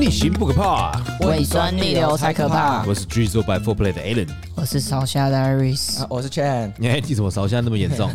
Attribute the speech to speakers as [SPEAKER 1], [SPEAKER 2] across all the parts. [SPEAKER 1] 逆行不可怕。
[SPEAKER 2] 胃酸逆流才可怕。
[SPEAKER 1] 啊
[SPEAKER 3] 啊
[SPEAKER 1] 我是 Drizzle by Four Play 的 Alan。
[SPEAKER 2] 我是烧虾的 Iris，
[SPEAKER 3] 啊我是 Chen，
[SPEAKER 1] 哎你还记什么烧香那么严重？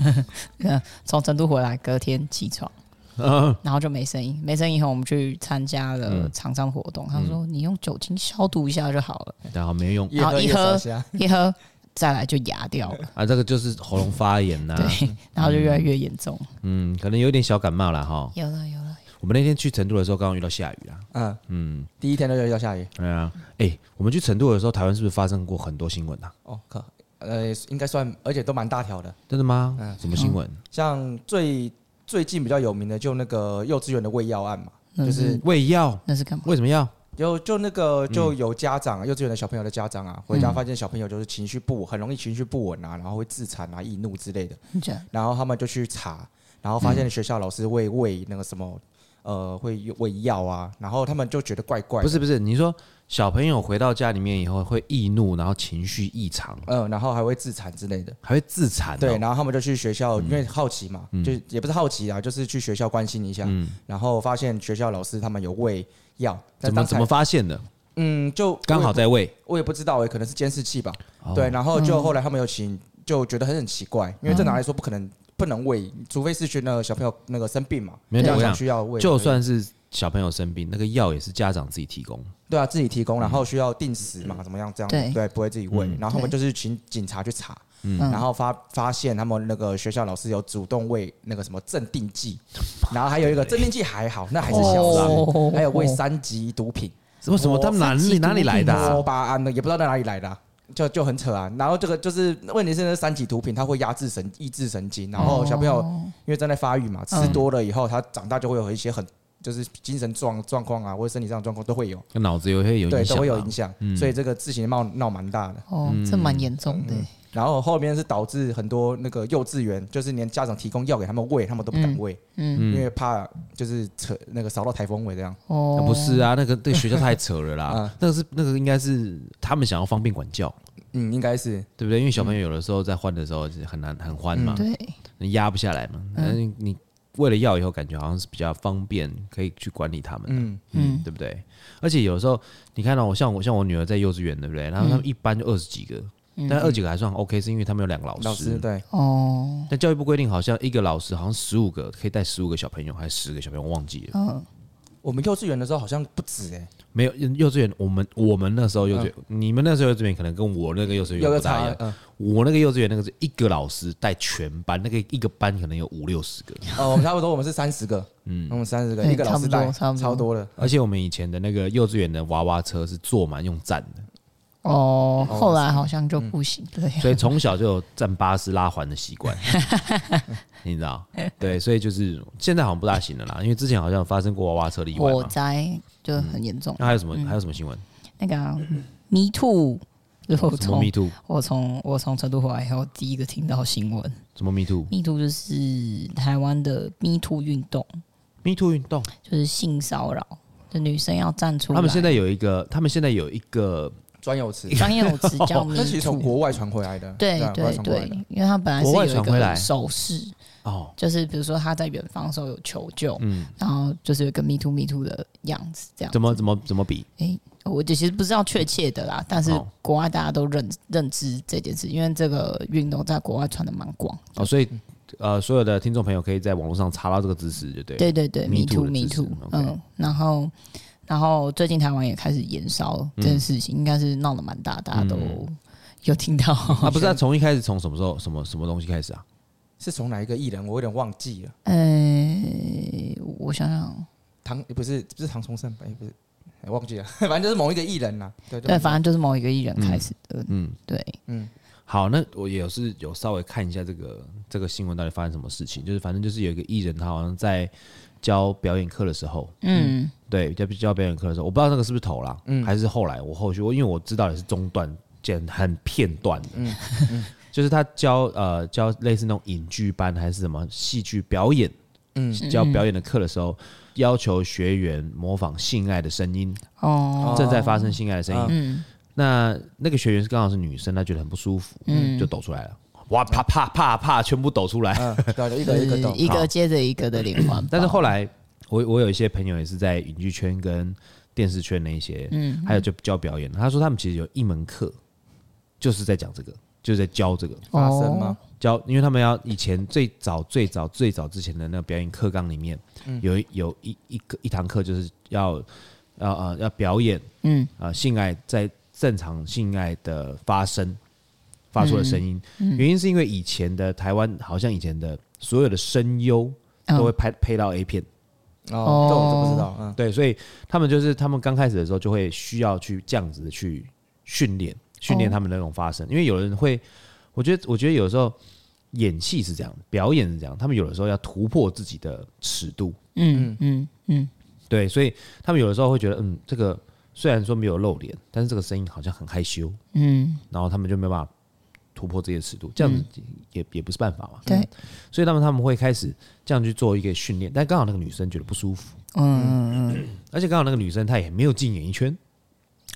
[SPEAKER 2] 呃从成都回来，隔天起床，
[SPEAKER 1] 啊
[SPEAKER 2] 然后就没声音，没声音以后我们去参加了
[SPEAKER 1] 嗯
[SPEAKER 2] 厂商活动，他说你用酒精消毒一下就好了，
[SPEAKER 1] 然后没用
[SPEAKER 3] 越喝越烧虾，
[SPEAKER 2] 一喝再来就哑掉了，
[SPEAKER 1] 啊，这个就是喉咙发炎呐、
[SPEAKER 2] 对，然后就越来越严重。
[SPEAKER 1] 嗯，可能有点小感冒了哈。
[SPEAKER 2] 有了有了，
[SPEAKER 1] 我们那天去成都的时候，刚刚遇到下雨啦。
[SPEAKER 3] 嗯，
[SPEAKER 1] 嗯，
[SPEAKER 3] 第一天就遇到下雨，
[SPEAKER 1] 对啊，哎、我们去成都的时候，台湾是不是发生过很多新闻啊？
[SPEAKER 3] 哦靠，呃，应该算，而且都蛮大条的。
[SPEAKER 1] 真的吗？
[SPEAKER 3] 嗯
[SPEAKER 1] 什么新闻？
[SPEAKER 3] 像最最近比较有名的，就那个幼稚园的喂药案嘛，
[SPEAKER 2] 嗯
[SPEAKER 3] 就是
[SPEAKER 1] 喂药？
[SPEAKER 2] 那是干嘛？
[SPEAKER 1] 为什么要？
[SPEAKER 3] 就就那个就有家长啊，幼稚园的小朋友的家长啊，回家发现小朋友就是情绪不稳，很容易情绪不稳啊，然后会自残啊、易怒之类的，
[SPEAKER 2] 你讲
[SPEAKER 3] 然后他们就去查，然后发现学校老师会喂那个什么。呃，会喂药啊，然后他们就觉得怪怪的，
[SPEAKER 1] 不是不是，你说小朋友回到家里面以后会易怒，然后情绪异常，
[SPEAKER 3] 嗯，然后还会自残之类的。
[SPEAKER 1] 还会自残、哦。
[SPEAKER 3] 对，然后他们就去学校，
[SPEAKER 1] 嗯
[SPEAKER 3] 因为好奇嘛，就也不是好奇啊，就是去学校关心一下。然后发现学校老师他们有喂药，但
[SPEAKER 1] 嗯怎么
[SPEAKER 3] 当
[SPEAKER 1] 怎
[SPEAKER 3] 场
[SPEAKER 1] 么发现的？
[SPEAKER 3] 嗯，就
[SPEAKER 1] 刚好
[SPEAKER 3] 我也
[SPEAKER 1] 在喂。
[SPEAKER 3] 我也不知道哎、可能是监视器吧。
[SPEAKER 1] 哦
[SPEAKER 3] 对，然后就后来他们有请，就觉得很很奇怪，因为
[SPEAKER 1] 嗯
[SPEAKER 3] 正常来说不可能不能喂，除非是觉得小朋友那个生病嘛，
[SPEAKER 1] 没有
[SPEAKER 3] 家
[SPEAKER 1] 我想
[SPEAKER 3] 长需要喂，
[SPEAKER 1] 就算是小朋友生病，那个药也是家长自己提供。
[SPEAKER 3] 对啊自己提供，然后需要定时嘛，怎么样这样
[SPEAKER 2] 对
[SPEAKER 3] 对，不会自己喂
[SPEAKER 1] 嗯，
[SPEAKER 3] 然后他们就是请警察去查。嗯
[SPEAKER 2] 嗯
[SPEAKER 3] 然后发发现他们那个学校老师有主动喂那个什么镇定剂，然后还有一个镇定剂还好，那还是小伤，
[SPEAKER 2] 哦
[SPEAKER 3] 还有喂三级毒品，
[SPEAKER 1] 什么什么？他们哪
[SPEAKER 2] 三级
[SPEAKER 1] 里哪里来的啊、
[SPEAKER 3] 多巴胺的也不知道在哪里来的啊、就就很扯啊。然后这个就是问题是那三级毒品它会压制神抑制神经，然
[SPEAKER 2] 哦
[SPEAKER 3] 后小朋友因为正在发育嘛，吃多了以后他长大就会有一些很就是精神状状况啊或者身体上的状况都会有，
[SPEAKER 1] 跟脑子也会有
[SPEAKER 3] 对
[SPEAKER 1] 影
[SPEAKER 3] 都
[SPEAKER 1] 响
[SPEAKER 3] 会有
[SPEAKER 1] 啊
[SPEAKER 3] 影。响，所以这个事情闹闹蛮大的。
[SPEAKER 2] 哦，这蛮严重的。
[SPEAKER 3] 然后后面是导致很多那个幼稚园，就是连家长提供药给他们喂，他们都不敢喂，
[SPEAKER 2] 嗯
[SPEAKER 3] 因为怕就是扯那个扫到台风尾这样。
[SPEAKER 1] 啊，
[SPEAKER 2] 哦
[SPEAKER 1] 不是啊，那个对学校太扯了啦
[SPEAKER 3] 啊。
[SPEAKER 1] 那个是那个应该是他们想要方便管教，
[SPEAKER 3] 嗯，应该是
[SPEAKER 1] 对不对？因为小
[SPEAKER 3] 嗯
[SPEAKER 1] 朋友有的时候在欢的时候是很难很欢嘛，
[SPEAKER 2] 对，哦
[SPEAKER 1] 压不下来嘛。但是你为了药以后，感觉好像是比较方便，可以去管理他们。
[SPEAKER 3] 嗯
[SPEAKER 1] 嗯，对不对？而且有时候你看到我，像我像我女儿在幼稚园，对不对？然后他们一班就二十几个，但二十几个还算 OK，是因为他们有两个老师。
[SPEAKER 3] 老师对，
[SPEAKER 2] 哦，
[SPEAKER 1] 但教育部规定，好像一个老师好像十五个可以带十五个小朋友，还是十个小朋友，我忘记
[SPEAKER 3] 哦
[SPEAKER 1] 了。
[SPEAKER 2] 嗯，
[SPEAKER 3] 我们幼稚园的时候好像不止哎、
[SPEAKER 1] 没有嗯幼稚园，我们我们那时候幼稚园，你们那时候幼稚园可能跟我那个幼稚园
[SPEAKER 3] 嗯有
[SPEAKER 1] 不
[SPEAKER 3] 个
[SPEAKER 1] 大一
[SPEAKER 3] 差
[SPEAKER 1] 样。
[SPEAKER 3] 嗯，
[SPEAKER 1] 我那个幼稚园那个是一个老师带全班，那个一个班可能有五六 十个。
[SPEAKER 3] 哦，我们差不多，我们是三十个，嗯，我们三十个，
[SPEAKER 2] 对
[SPEAKER 3] 一个老师带，
[SPEAKER 2] 差不多差不多
[SPEAKER 3] 超多了。
[SPEAKER 1] 而且我们以前的那个幼稚园的娃娃车是坐满用站 的，
[SPEAKER 2] 哦，后来好像就
[SPEAKER 3] 嗯
[SPEAKER 2] 不行，对，
[SPEAKER 1] 所以从小就有站巴士拉环的习 惯，你知道？对，所以就是现在好像不大行了啦，因为之前好像有发生过娃娃车的意外
[SPEAKER 2] 火
[SPEAKER 1] 嘛。
[SPEAKER 2] 灾就
[SPEAKER 3] 嗯
[SPEAKER 2] 很严重。
[SPEAKER 3] 啊
[SPEAKER 1] 那还有什么？还有什么新闻？
[SPEAKER 2] 那个、啊、Me Too，就是我
[SPEAKER 1] 什么 Me
[SPEAKER 2] 从
[SPEAKER 1] Too？
[SPEAKER 2] 我从我从成都回来以后，第一个听到新闻
[SPEAKER 1] 什么 Me Too？Me
[SPEAKER 2] ，Me Too 就是台湾的 Me Too 运动，
[SPEAKER 1] Too 运动？
[SPEAKER 2] 就是性骚扰，就女生要站出来。
[SPEAKER 1] 他们现在有一个，他们现在有一个
[SPEAKER 3] 专有词，
[SPEAKER 2] 专业有词叫 Me
[SPEAKER 3] 那其实从
[SPEAKER 2] Too，
[SPEAKER 3] 国外传回来的，
[SPEAKER 2] 对
[SPEAKER 3] 啊国外
[SPEAKER 2] 对
[SPEAKER 3] 传回来
[SPEAKER 2] 对
[SPEAKER 3] 的，，
[SPEAKER 2] 因为他本来是
[SPEAKER 1] 国外
[SPEAKER 2] 有一
[SPEAKER 1] 传回来
[SPEAKER 2] 个手势，
[SPEAKER 1] 哦，
[SPEAKER 2] 就是比如说他在远方的时候有求救，
[SPEAKER 1] 嗯，
[SPEAKER 2] 然后就是有一个 Me Too Me Too 的样子，这样
[SPEAKER 1] 怎么怎么怎么比？
[SPEAKER 2] 我就其实不知道确切的啦，但是
[SPEAKER 1] 好
[SPEAKER 2] 国外大家都认认知这件事，因为这个运动在国外传的蛮广。
[SPEAKER 1] 哦，所以呃，所有的听众朋友可以在网络上查到这个知识，就对了。
[SPEAKER 2] 对对对
[SPEAKER 1] Me
[SPEAKER 2] ，Me
[SPEAKER 1] Too 的
[SPEAKER 2] Too，Me
[SPEAKER 1] 知识
[SPEAKER 2] Too，
[SPEAKER 1] ，OK
[SPEAKER 2] 嗯，然后然后最近台湾也开始延烧
[SPEAKER 1] 嗯
[SPEAKER 2] 这件事情，应该是闹得蛮大，大家都有听到。
[SPEAKER 1] 啊，不是啊，从一开始从什么时候什么什么东西开始啊？
[SPEAKER 3] 是从哪一个艺人？我有点忘记了。
[SPEAKER 2] 呃，我想想，
[SPEAKER 3] 唐不是不是唐崇盛，哎不是，哎忘记了，反正就是某一个艺人啦。对
[SPEAKER 2] 对，反正就是某一个艺人开始的，
[SPEAKER 1] 嗯，
[SPEAKER 2] 对，
[SPEAKER 3] 嗯，
[SPEAKER 1] 好，那我也是有稍微看一下这个这个新闻到底发生什么事情，就是反正就是有一个艺人，他好像在教表演课的时候，
[SPEAKER 2] 嗯，
[SPEAKER 1] 对，在教表演课的时候，我不知道那个是不是头啦，还是后来我后续，我因为我知道也是中段，简很片段的，就是他教呃教类似那种影剧班还是什么戏剧表演，嗯，教表演的课的时候，要求学员模仿性爱的声音，
[SPEAKER 2] 哦，
[SPEAKER 1] 正在发生性爱的声音，
[SPEAKER 2] 嗯，
[SPEAKER 1] 那那个学员是刚好是女生，她觉得很不舒服，就抖出来了，哇，啪啪啪啪，全部抖出来。
[SPEAKER 3] 嗯，对对，一
[SPEAKER 2] 就
[SPEAKER 3] 个一个
[SPEAKER 2] 是
[SPEAKER 3] 懂。
[SPEAKER 2] 一个接着一个的连环爆，
[SPEAKER 1] 但是后来，我我有一些朋友也是在影剧圈跟电视圈那一些，
[SPEAKER 2] 嗯，
[SPEAKER 1] 还有就教表演。他说他们其实有一门课，就是在讲这个，就是在教这个
[SPEAKER 3] 发生吗？
[SPEAKER 1] 教，因为他们要以前最早最早最早之前的那个表演课纲里面，
[SPEAKER 2] 嗯
[SPEAKER 1] 有一有一一个一堂课就是要要呃要表演
[SPEAKER 2] 嗯，
[SPEAKER 1] 啊，性爱在正常性爱的发生发出的声音，
[SPEAKER 2] 嗯
[SPEAKER 1] 原因是因为以前的台湾好像以前的所有的声优
[SPEAKER 2] 嗯
[SPEAKER 1] 都会拍配到 A 片，
[SPEAKER 3] 哦，这我就不知道。嗯，
[SPEAKER 1] 对，所以他们就是他们刚开始的时候就会需要去这样子去训练训练
[SPEAKER 2] 哦
[SPEAKER 1] 他们的那种发声，因为有人会，我觉得我觉得有时候。演戏是这样，表演是这样，他们有的时候要突破自己的尺度，
[SPEAKER 2] 嗯嗯嗯，
[SPEAKER 1] 对，所以他们有的时候会觉得，嗯，这个虽然说没有露脸，但是这个声音好像很害羞，
[SPEAKER 2] 嗯，
[SPEAKER 1] 然后他们就没有办法突破这些尺度，这样子也、也不是办法嘛。
[SPEAKER 2] 对，
[SPEAKER 1] 所以他们他们会开始这样去做一个训练，但刚好那个女生觉得不舒服，
[SPEAKER 2] 嗯嗯嗯，
[SPEAKER 1] 而且刚好那个女生她也没有进演艺圈，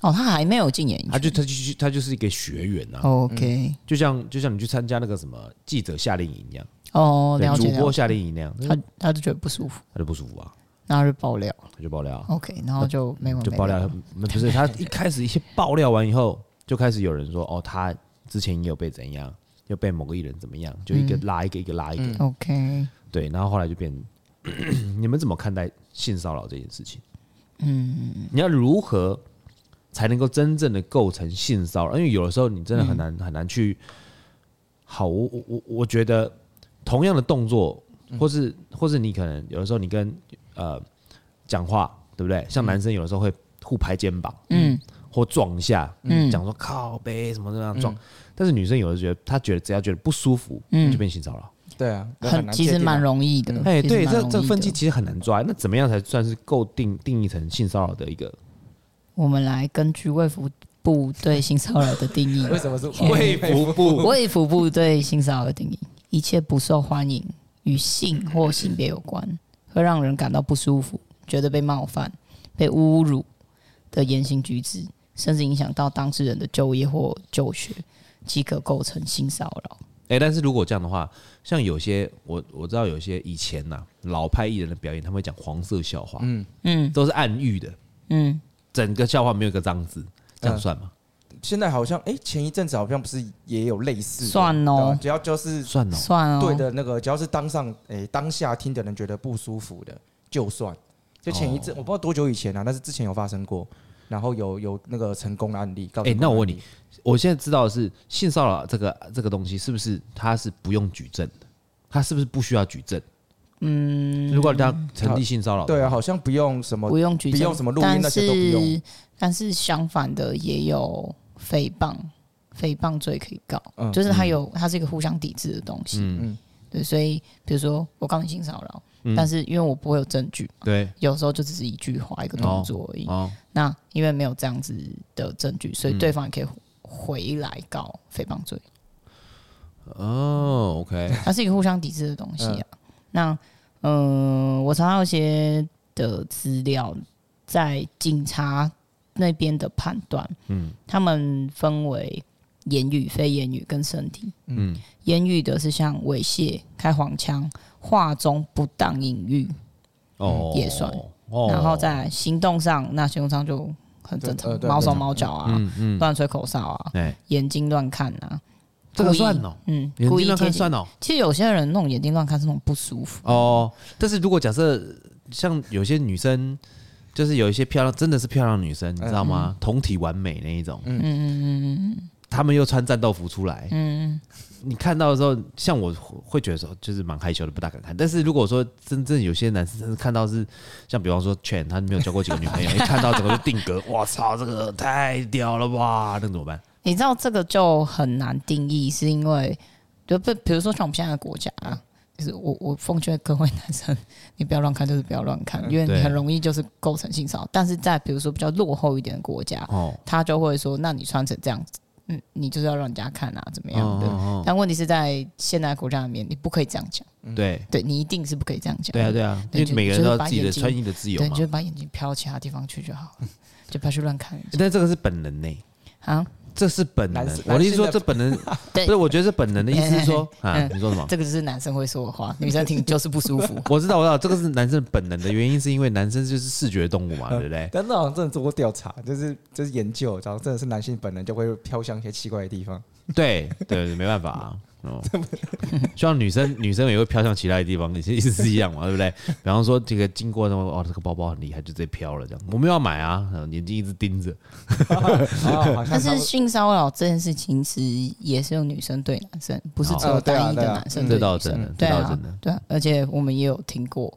[SPEAKER 2] 哦，他还没有进演艺哦
[SPEAKER 1] 她就她就去她就是一个学员啊，
[SPEAKER 2] ，OK，
[SPEAKER 1] 就像就像你去参加那个什么记者夏令营一样，
[SPEAKER 2] 哦，
[SPEAKER 1] 嗯对
[SPEAKER 2] 了
[SPEAKER 1] 主
[SPEAKER 2] 解
[SPEAKER 1] 播
[SPEAKER 2] 了解，
[SPEAKER 1] 夏令营那样，
[SPEAKER 2] 他他就觉得不舒服，
[SPEAKER 1] 她就不舒服啊，
[SPEAKER 2] 然后就爆料
[SPEAKER 1] 她就爆料啊，
[SPEAKER 2] ，OK，然后就哦没完
[SPEAKER 1] 就
[SPEAKER 2] 没
[SPEAKER 1] 爆 料
[SPEAKER 2] 了，，
[SPEAKER 1] 不是她一开始一些爆料完以后，就开始有人说哦，她之前也有被怎样，又被某个艺人怎么样，就
[SPEAKER 2] 嗯
[SPEAKER 1] 一个拉一个，一个拉一个。
[SPEAKER 2] ，OK，
[SPEAKER 1] 对，然后后来就变， 你们怎么看待性骚扰这件事情？嗯，你要如何才能够真正的构成性骚扰？因为有的时候你真的
[SPEAKER 2] 嗯
[SPEAKER 1] 很难、很难去。好，我我我我觉得同样的动作，或是或是你可能有的时候你跟呃讲话，对不对？像男生有的时候会互拍肩膀，
[SPEAKER 2] 嗯
[SPEAKER 1] 或撞一下，
[SPEAKER 2] 嗯
[SPEAKER 1] 讲说靠背什么这样撞，但是女生有的觉得她觉得只要觉得不舒服，
[SPEAKER 2] 嗯
[SPEAKER 1] 就变性骚扰。
[SPEAKER 3] 对啊，这很
[SPEAKER 2] 很
[SPEAKER 3] 难
[SPEAKER 2] 其实
[SPEAKER 3] 界定啊
[SPEAKER 2] 蛮容易的，
[SPEAKER 1] 哎，
[SPEAKER 2] 嗯其实
[SPEAKER 1] 对，
[SPEAKER 2] 蛮
[SPEAKER 1] 这
[SPEAKER 2] 容
[SPEAKER 1] 这
[SPEAKER 2] 易
[SPEAKER 1] 分
[SPEAKER 2] 的
[SPEAKER 1] 界其实很难抓。那怎么样才算是够定定义成性骚扰的一个？
[SPEAKER 2] 我们来根据卫福部对性骚扰的定义，
[SPEAKER 3] 为什么是
[SPEAKER 1] 卫福部
[SPEAKER 2] 卫福部对性骚扰的定义：一切不受欢迎、与性或性别有关，会让人感到不舒服、觉得被冒犯、被侮辱的言行举止，甚至影响到当事人的就业或就学，即可构成性骚扰。
[SPEAKER 1] 哎，但是如果这样的话，像有些我我知道有些以前呐、老派艺人的表演，他们会讲黄色笑话，嗯
[SPEAKER 2] 嗯
[SPEAKER 1] 都是暗喻的，
[SPEAKER 2] 嗯，
[SPEAKER 1] 整个笑话没有一个脏字，这样算吗？
[SPEAKER 3] 现在好像哎、前一阵子好像不是也有类似的
[SPEAKER 2] 算哦
[SPEAKER 3] 对吧只要就是
[SPEAKER 1] 算哦，
[SPEAKER 2] 算哦，
[SPEAKER 3] 对的那个，只要是当上哎、当下听的人觉得不舒服的，就算。就前一阵、
[SPEAKER 2] 哦
[SPEAKER 3] 我不知道多久以前啊，但是之前有发生过，然后有有那个成功的案例。告成
[SPEAKER 1] 哎
[SPEAKER 3] 功
[SPEAKER 1] 那我
[SPEAKER 3] 的
[SPEAKER 1] 问
[SPEAKER 3] 案例
[SPEAKER 1] 你，我现在知道的是性骚扰这个这个东西是不是它是不用举证的？它是不是不需要举证？嗯，如果他成立性骚扰，
[SPEAKER 3] 对啊，，好像不用什么
[SPEAKER 2] 不用举证，
[SPEAKER 3] 不用什么录音
[SPEAKER 2] 但
[SPEAKER 3] 那些都不用
[SPEAKER 2] 是但是相反的也有诽谤，诽谤罪可以告，
[SPEAKER 3] 嗯
[SPEAKER 2] 就是它有它是一个互相抵制的东西。
[SPEAKER 3] 嗯
[SPEAKER 2] 对，所以比如说我告你性骚扰，但是因为我不会有证据，
[SPEAKER 1] 对
[SPEAKER 2] 有时候就只是一句话、一个动作而已。
[SPEAKER 1] 哦，
[SPEAKER 2] 那因为没有这样子的证据，所以对方也可以回来告诽谤罪。
[SPEAKER 1] 哦，OK，
[SPEAKER 2] 它是一个互相抵制的东西啊。那嗯、呃我查到一些的资料，在警察那边的判断，嗯，他们分为言语、非言语跟身体。
[SPEAKER 1] 嗯，
[SPEAKER 2] 言语的是像猥亵、开黄腔、话中不当隐喻，
[SPEAKER 1] 哦，
[SPEAKER 2] 也算
[SPEAKER 1] 哦
[SPEAKER 2] 然后在行动上，那行动上就很正
[SPEAKER 3] 对
[SPEAKER 2] 常
[SPEAKER 3] 呃，对
[SPEAKER 2] 毛手毛脚啊，
[SPEAKER 1] 嗯嗯，
[SPEAKER 2] 乱吹口哨啊，
[SPEAKER 1] 哎，
[SPEAKER 2] 眼睛乱看啊，
[SPEAKER 1] 这个
[SPEAKER 2] 故意
[SPEAKER 1] 算哦，
[SPEAKER 2] 嗯，
[SPEAKER 1] 眼
[SPEAKER 2] 故
[SPEAKER 1] 睛
[SPEAKER 2] 意
[SPEAKER 1] 乱
[SPEAKER 2] 贴
[SPEAKER 1] 看
[SPEAKER 2] 近。
[SPEAKER 1] 算哦，
[SPEAKER 2] 其实有些人那种眼睛乱看是那种不舒服，
[SPEAKER 1] 哦，但是如果假设像有些女生，就是有一些漂亮，真的是漂亮的女生，你知道吗？同体完美那一种，嗯嗯嗯嗯，她们又穿战斗服出来，嗯，你看到的时候，像我会觉得说，就是蛮害羞的，不大敢看。但是如果说真正有些男生，真的看到是像比方说 Chen，他没有交过几个女朋友，一看到整个就定格，我操，这个太屌了吧，那怎么办？
[SPEAKER 2] 你知道这个就很难定义，是因为就不比如说像我们现在的国家、啊，就是我我奉劝各位男生，你不要乱看，就是不要乱看，因为
[SPEAKER 1] 嗯对
[SPEAKER 2] 你很容易就是构成性骚扰。但是在比如说比较落后一点的国家，
[SPEAKER 1] 哦，
[SPEAKER 2] 他就会说，那你穿成这样子，嗯，你就是要让人家看啊，怎么
[SPEAKER 1] 哦
[SPEAKER 2] 样的。
[SPEAKER 1] 哦
[SPEAKER 2] 但问题是在现代国家里面，你不可以这样讲，
[SPEAKER 1] 哦对。
[SPEAKER 2] 对你一定是不可以这样讲。
[SPEAKER 1] 对啊，对啊，因
[SPEAKER 2] 对
[SPEAKER 1] 为
[SPEAKER 2] 就
[SPEAKER 1] 每个人都有
[SPEAKER 2] 就是把
[SPEAKER 1] 自己的
[SPEAKER 2] 眼睛
[SPEAKER 1] 穿衣的自由
[SPEAKER 2] 对，
[SPEAKER 1] 嘛
[SPEAKER 2] 你。就把眼睛飘到其他地方去就好了，就不要去乱看人家
[SPEAKER 1] 但这个是本能呢、
[SPEAKER 2] 啊。
[SPEAKER 1] 这是本能
[SPEAKER 3] 男生。
[SPEAKER 1] 我的意思说，这本能
[SPEAKER 2] 对
[SPEAKER 1] 不是？我觉得这本能的意思是说啊，
[SPEAKER 2] 嗯
[SPEAKER 1] 你说什么？
[SPEAKER 2] 这个就是男生会说的话，女生听就是不舒服。
[SPEAKER 1] 我知道，我知道，这个是男生本能的原因，是因为男生就是视觉动物嘛，对不
[SPEAKER 2] 嗯
[SPEAKER 1] 对？
[SPEAKER 3] 但那好像真的做过调查，就是就是研究，然后真的是男性本能就会飘向一些奇怪的地方。
[SPEAKER 1] 对对，没办法啊。哦， 就像女生，女生也会飘向其他的地方，你意思是一样嘛，对不对？比方说，这个经过那种，哦，这个包包很厉害，就直接飘了这样。我们要买啊，嗯眼睛一直盯着，
[SPEAKER 3] 哦 好像
[SPEAKER 2] 但
[SPEAKER 3] 差
[SPEAKER 2] 是
[SPEAKER 3] 不多
[SPEAKER 2] 性骚扰这件事情，其实也是用女生对男生，不是只
[SPEAKER 3] 哦
[SPEAKER 2] 有
[SPEAKER 3] 呃对啊
[SPEAKER 2] 单一的
[SPEAKER 3] 对啊
[SPEAKER 2] 男生
[SPEAKER 1] 这
[SPEAKER 2] 对
[SPEAKER 1] 倒
[SPEAKER 2] 女
[SPEAKER 1] 真的
[SPEAKER 2] 生。，
[SPEAKER 1] 这
[SPEAKER 2] 对
[SPEAKER 1] 倒
[SPEAKER 2] 啊
[SPEAKER 1] 真，的。
[SPEAKER 2] 对啊，而且我们也有听过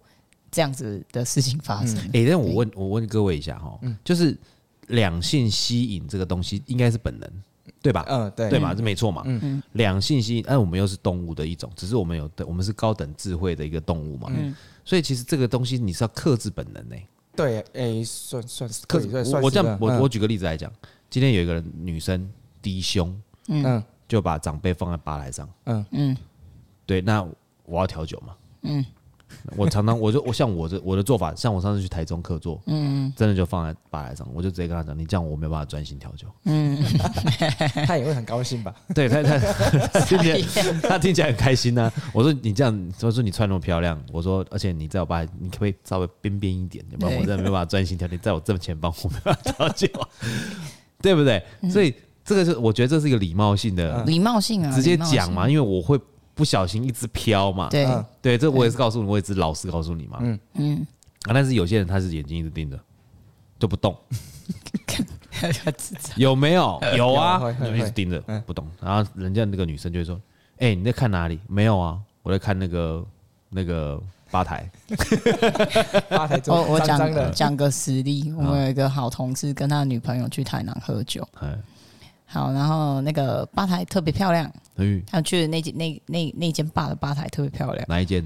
[SPEAKER 2] 这样子的事情发生。
[SPEAKER 3] 嗯
[SPEAKER 1] 哎、但我问，我问各位一下哈，就是两性吸引这个东西应该是本能，对吧？
[SPEAKER 3] 嗯，对嗯
[SPEAKER 1] 对嘛，这没错嘛。两性吸引，但我们又是动物的一种，只是我们有，我们是高等智慧的一个动物嘛。所以其实这个东西你是要克制本能呢、欸
[SPEAKER 3] 对，哎，算算是
[SPEAKER 1] 克
[SPEAKER 3] 对
[SPEAKER 1] 我
[SPEAKER 3] 算算
[SPEAKER 1] 我
[SPEAKER 3] 是
[SPEAKER 1] 这
[SPEAKER 3] 吧
[SPEAKER 1] 样，我
[SPEAKER 3] 嗯
[SPEAKER 1] 我举个例子来讲，今天有一个人女生低胸，
[SPEAKER 3] 嗯
[SPEAKER 1] 就把长辈放在吧台上，
[SPEAKER 3] 嗯
[SPEAKER 2] 嗯
[SPEAKER 1] 对，那我要调酒嘛，嗯，我常常我就我像我这我的做法，像我上次去台中客座，嗯，真的就放在吧台上，我就直接跟他讲，你这样我没有办法专心调酒，
[SPEAKER 3] 他也会很高 兴吧？
[SPEAKER 1] 对他他他听起来他听起来很开心呐、啊我说你这样，他说你穿那么漂亮，我说而且你在我吧台，你可不可以稍微边边一点，要不然我
[SPEAKER 2] 对
[SPEAKER 1] 真的没有办法专心调酒，你在我正前方我没办法调酒， 对不对？所以这个是我觉得这是一个礼貌性的，
[SPEAKER 2] 礼貌性啊，
[SPEAKER 1] 直接
[SPEAKER 2] 礼貌性
[SPEAKER 1] 讲嘛，。因为我会不小心一直飘嘛，
[SPEAKER 2] 对，
[SPEAKER 3] 嗯
[SPEAKER 1] 对，这我也是告诉你，我也是老实告诉你嘛。嗯啊，但是有些人他是眼睛一直盯着，就不动， 有没有？有啊
[SPEAKER 3] 有会，会嗯
[SPEAKER 1] 就一直盯着不动。然后人家那个女生就会说：“哎，你在看哪里？”没有啊，我在看那个那个吧台。
[SPEAKER 3] 吧台桌
[SPEAKER 2] 我哦我
[SPEAKER 3] 脏脏
[SPEAKER 2] 讲
[SPEAKER 3] 的，
[SPEAKER 2] 讲个实例，我们有一个好同事跟他女朋友去台南喝酒，
[SPEAKER 1] 哎，
[SPEAKER 2] 好，然后那个吧台特别漂亮，
[SPEAKER 1] 哎
[SPEAKER 2] 他去的那间那那那间吧的吧台特别漂亮，
[SPEAKER 1] 哪一间？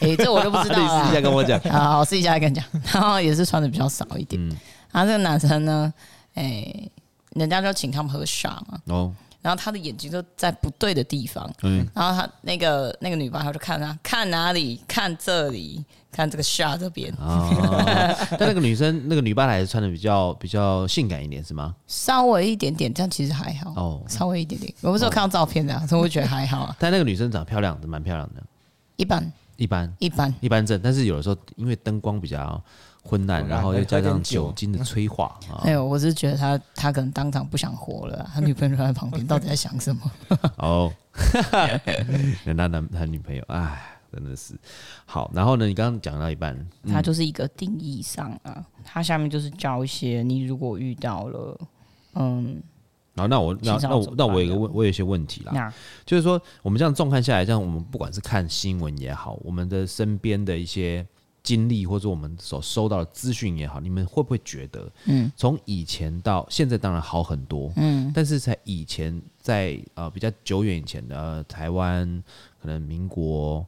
[SPEAKER 2] 诶，这我就不知道啊
[SPEAKER 1] 你私底下
[SPEAKER 2] 了。
[SPEAKER 1] 跟我讲。
[SPEAKER 2] 啊好，我试一下来跟你讲，然后也是穿的比较少一点。
[SPEAKER 1] 嗯
[SPEAKER 2] 然后这个男生呢，诶，人家就请他们喝茶嘛，
[SPEAKER 1] 哦，
[SPEAKER 2] 然后他的眼睛就在不对的地方，
[SPEAKER 1] 嗯，
[SPEAKER 2] 然后他那个那个女吧，她就看他看哪里，看这里，看这个下这边，
[SPEAKER 1] 啊，但那个女生，那个女吧台穿的比较比较性感一点是吗？
[SPEAKER 2] 稍微一点点，这样其实还好。
[SPEAKER 1] 哦
[SPEAKER 2] 稍微一点点，我不是有看到照片的、啊，所以我觉得还好啊，
[SPEAKER 1] 但那个女生长得漂亮，蛮漂亮的，
[SPEAKER 2] 一般
[SPEAKER 1] 一般。
[SPEAKER 2] 一般。
[SPEAKER 1] 一般正，但是有的时候因为灯光比较昏暗，
[SPEAKER 3] 昏暗
[SPEAKER 1] 然后又加
[SPEAKER 3] 喝
[SPEAKER 1] 上
[SPEAKER 3] 点酒
[SPEAKER 1] 酒精的催化啊
[SPEAKER 2] 没，有，我是觉得他他可能当场不想活了啊，他女朋友在旁边， 到底在想什么？
[SPEAKER 1] 哦，人家男他女朋友，哎，真的是好。然后呢，你刚刚讲到一半，
[SPEAKER 3] 嗯
[SPEAKER 2] 他就是一个定义上啊，他下面就是教一些你如果遇到了，嗯，
[SPEAKER 1] 然后那我那
[SPEAKER 2] 欣赏
[SPEAKER 1] 那
[SPEAKER 2] 怎
[SPEAKER 1] 我
[SPEAKER 2] 么
[SPEAKER 1] 那
[SPEAKER 2] 办
[SPEAKER 1] 我有一个问，我有一些问题啦，
[SPEAKER 2] 那
[SPEAKER 1] 就是说我们这样纵看下来，这样我们不管是看新闻也好，我们的身边的一些。经历或者我们所收到的资讯也好，你们会不会觉得，嗯，从以前到现在当然好很多，
[SPEAKER 2] 嗯
[SPEAKER 1] 但是在以前，在呃比较久远以前的、呃、台湾，可能民国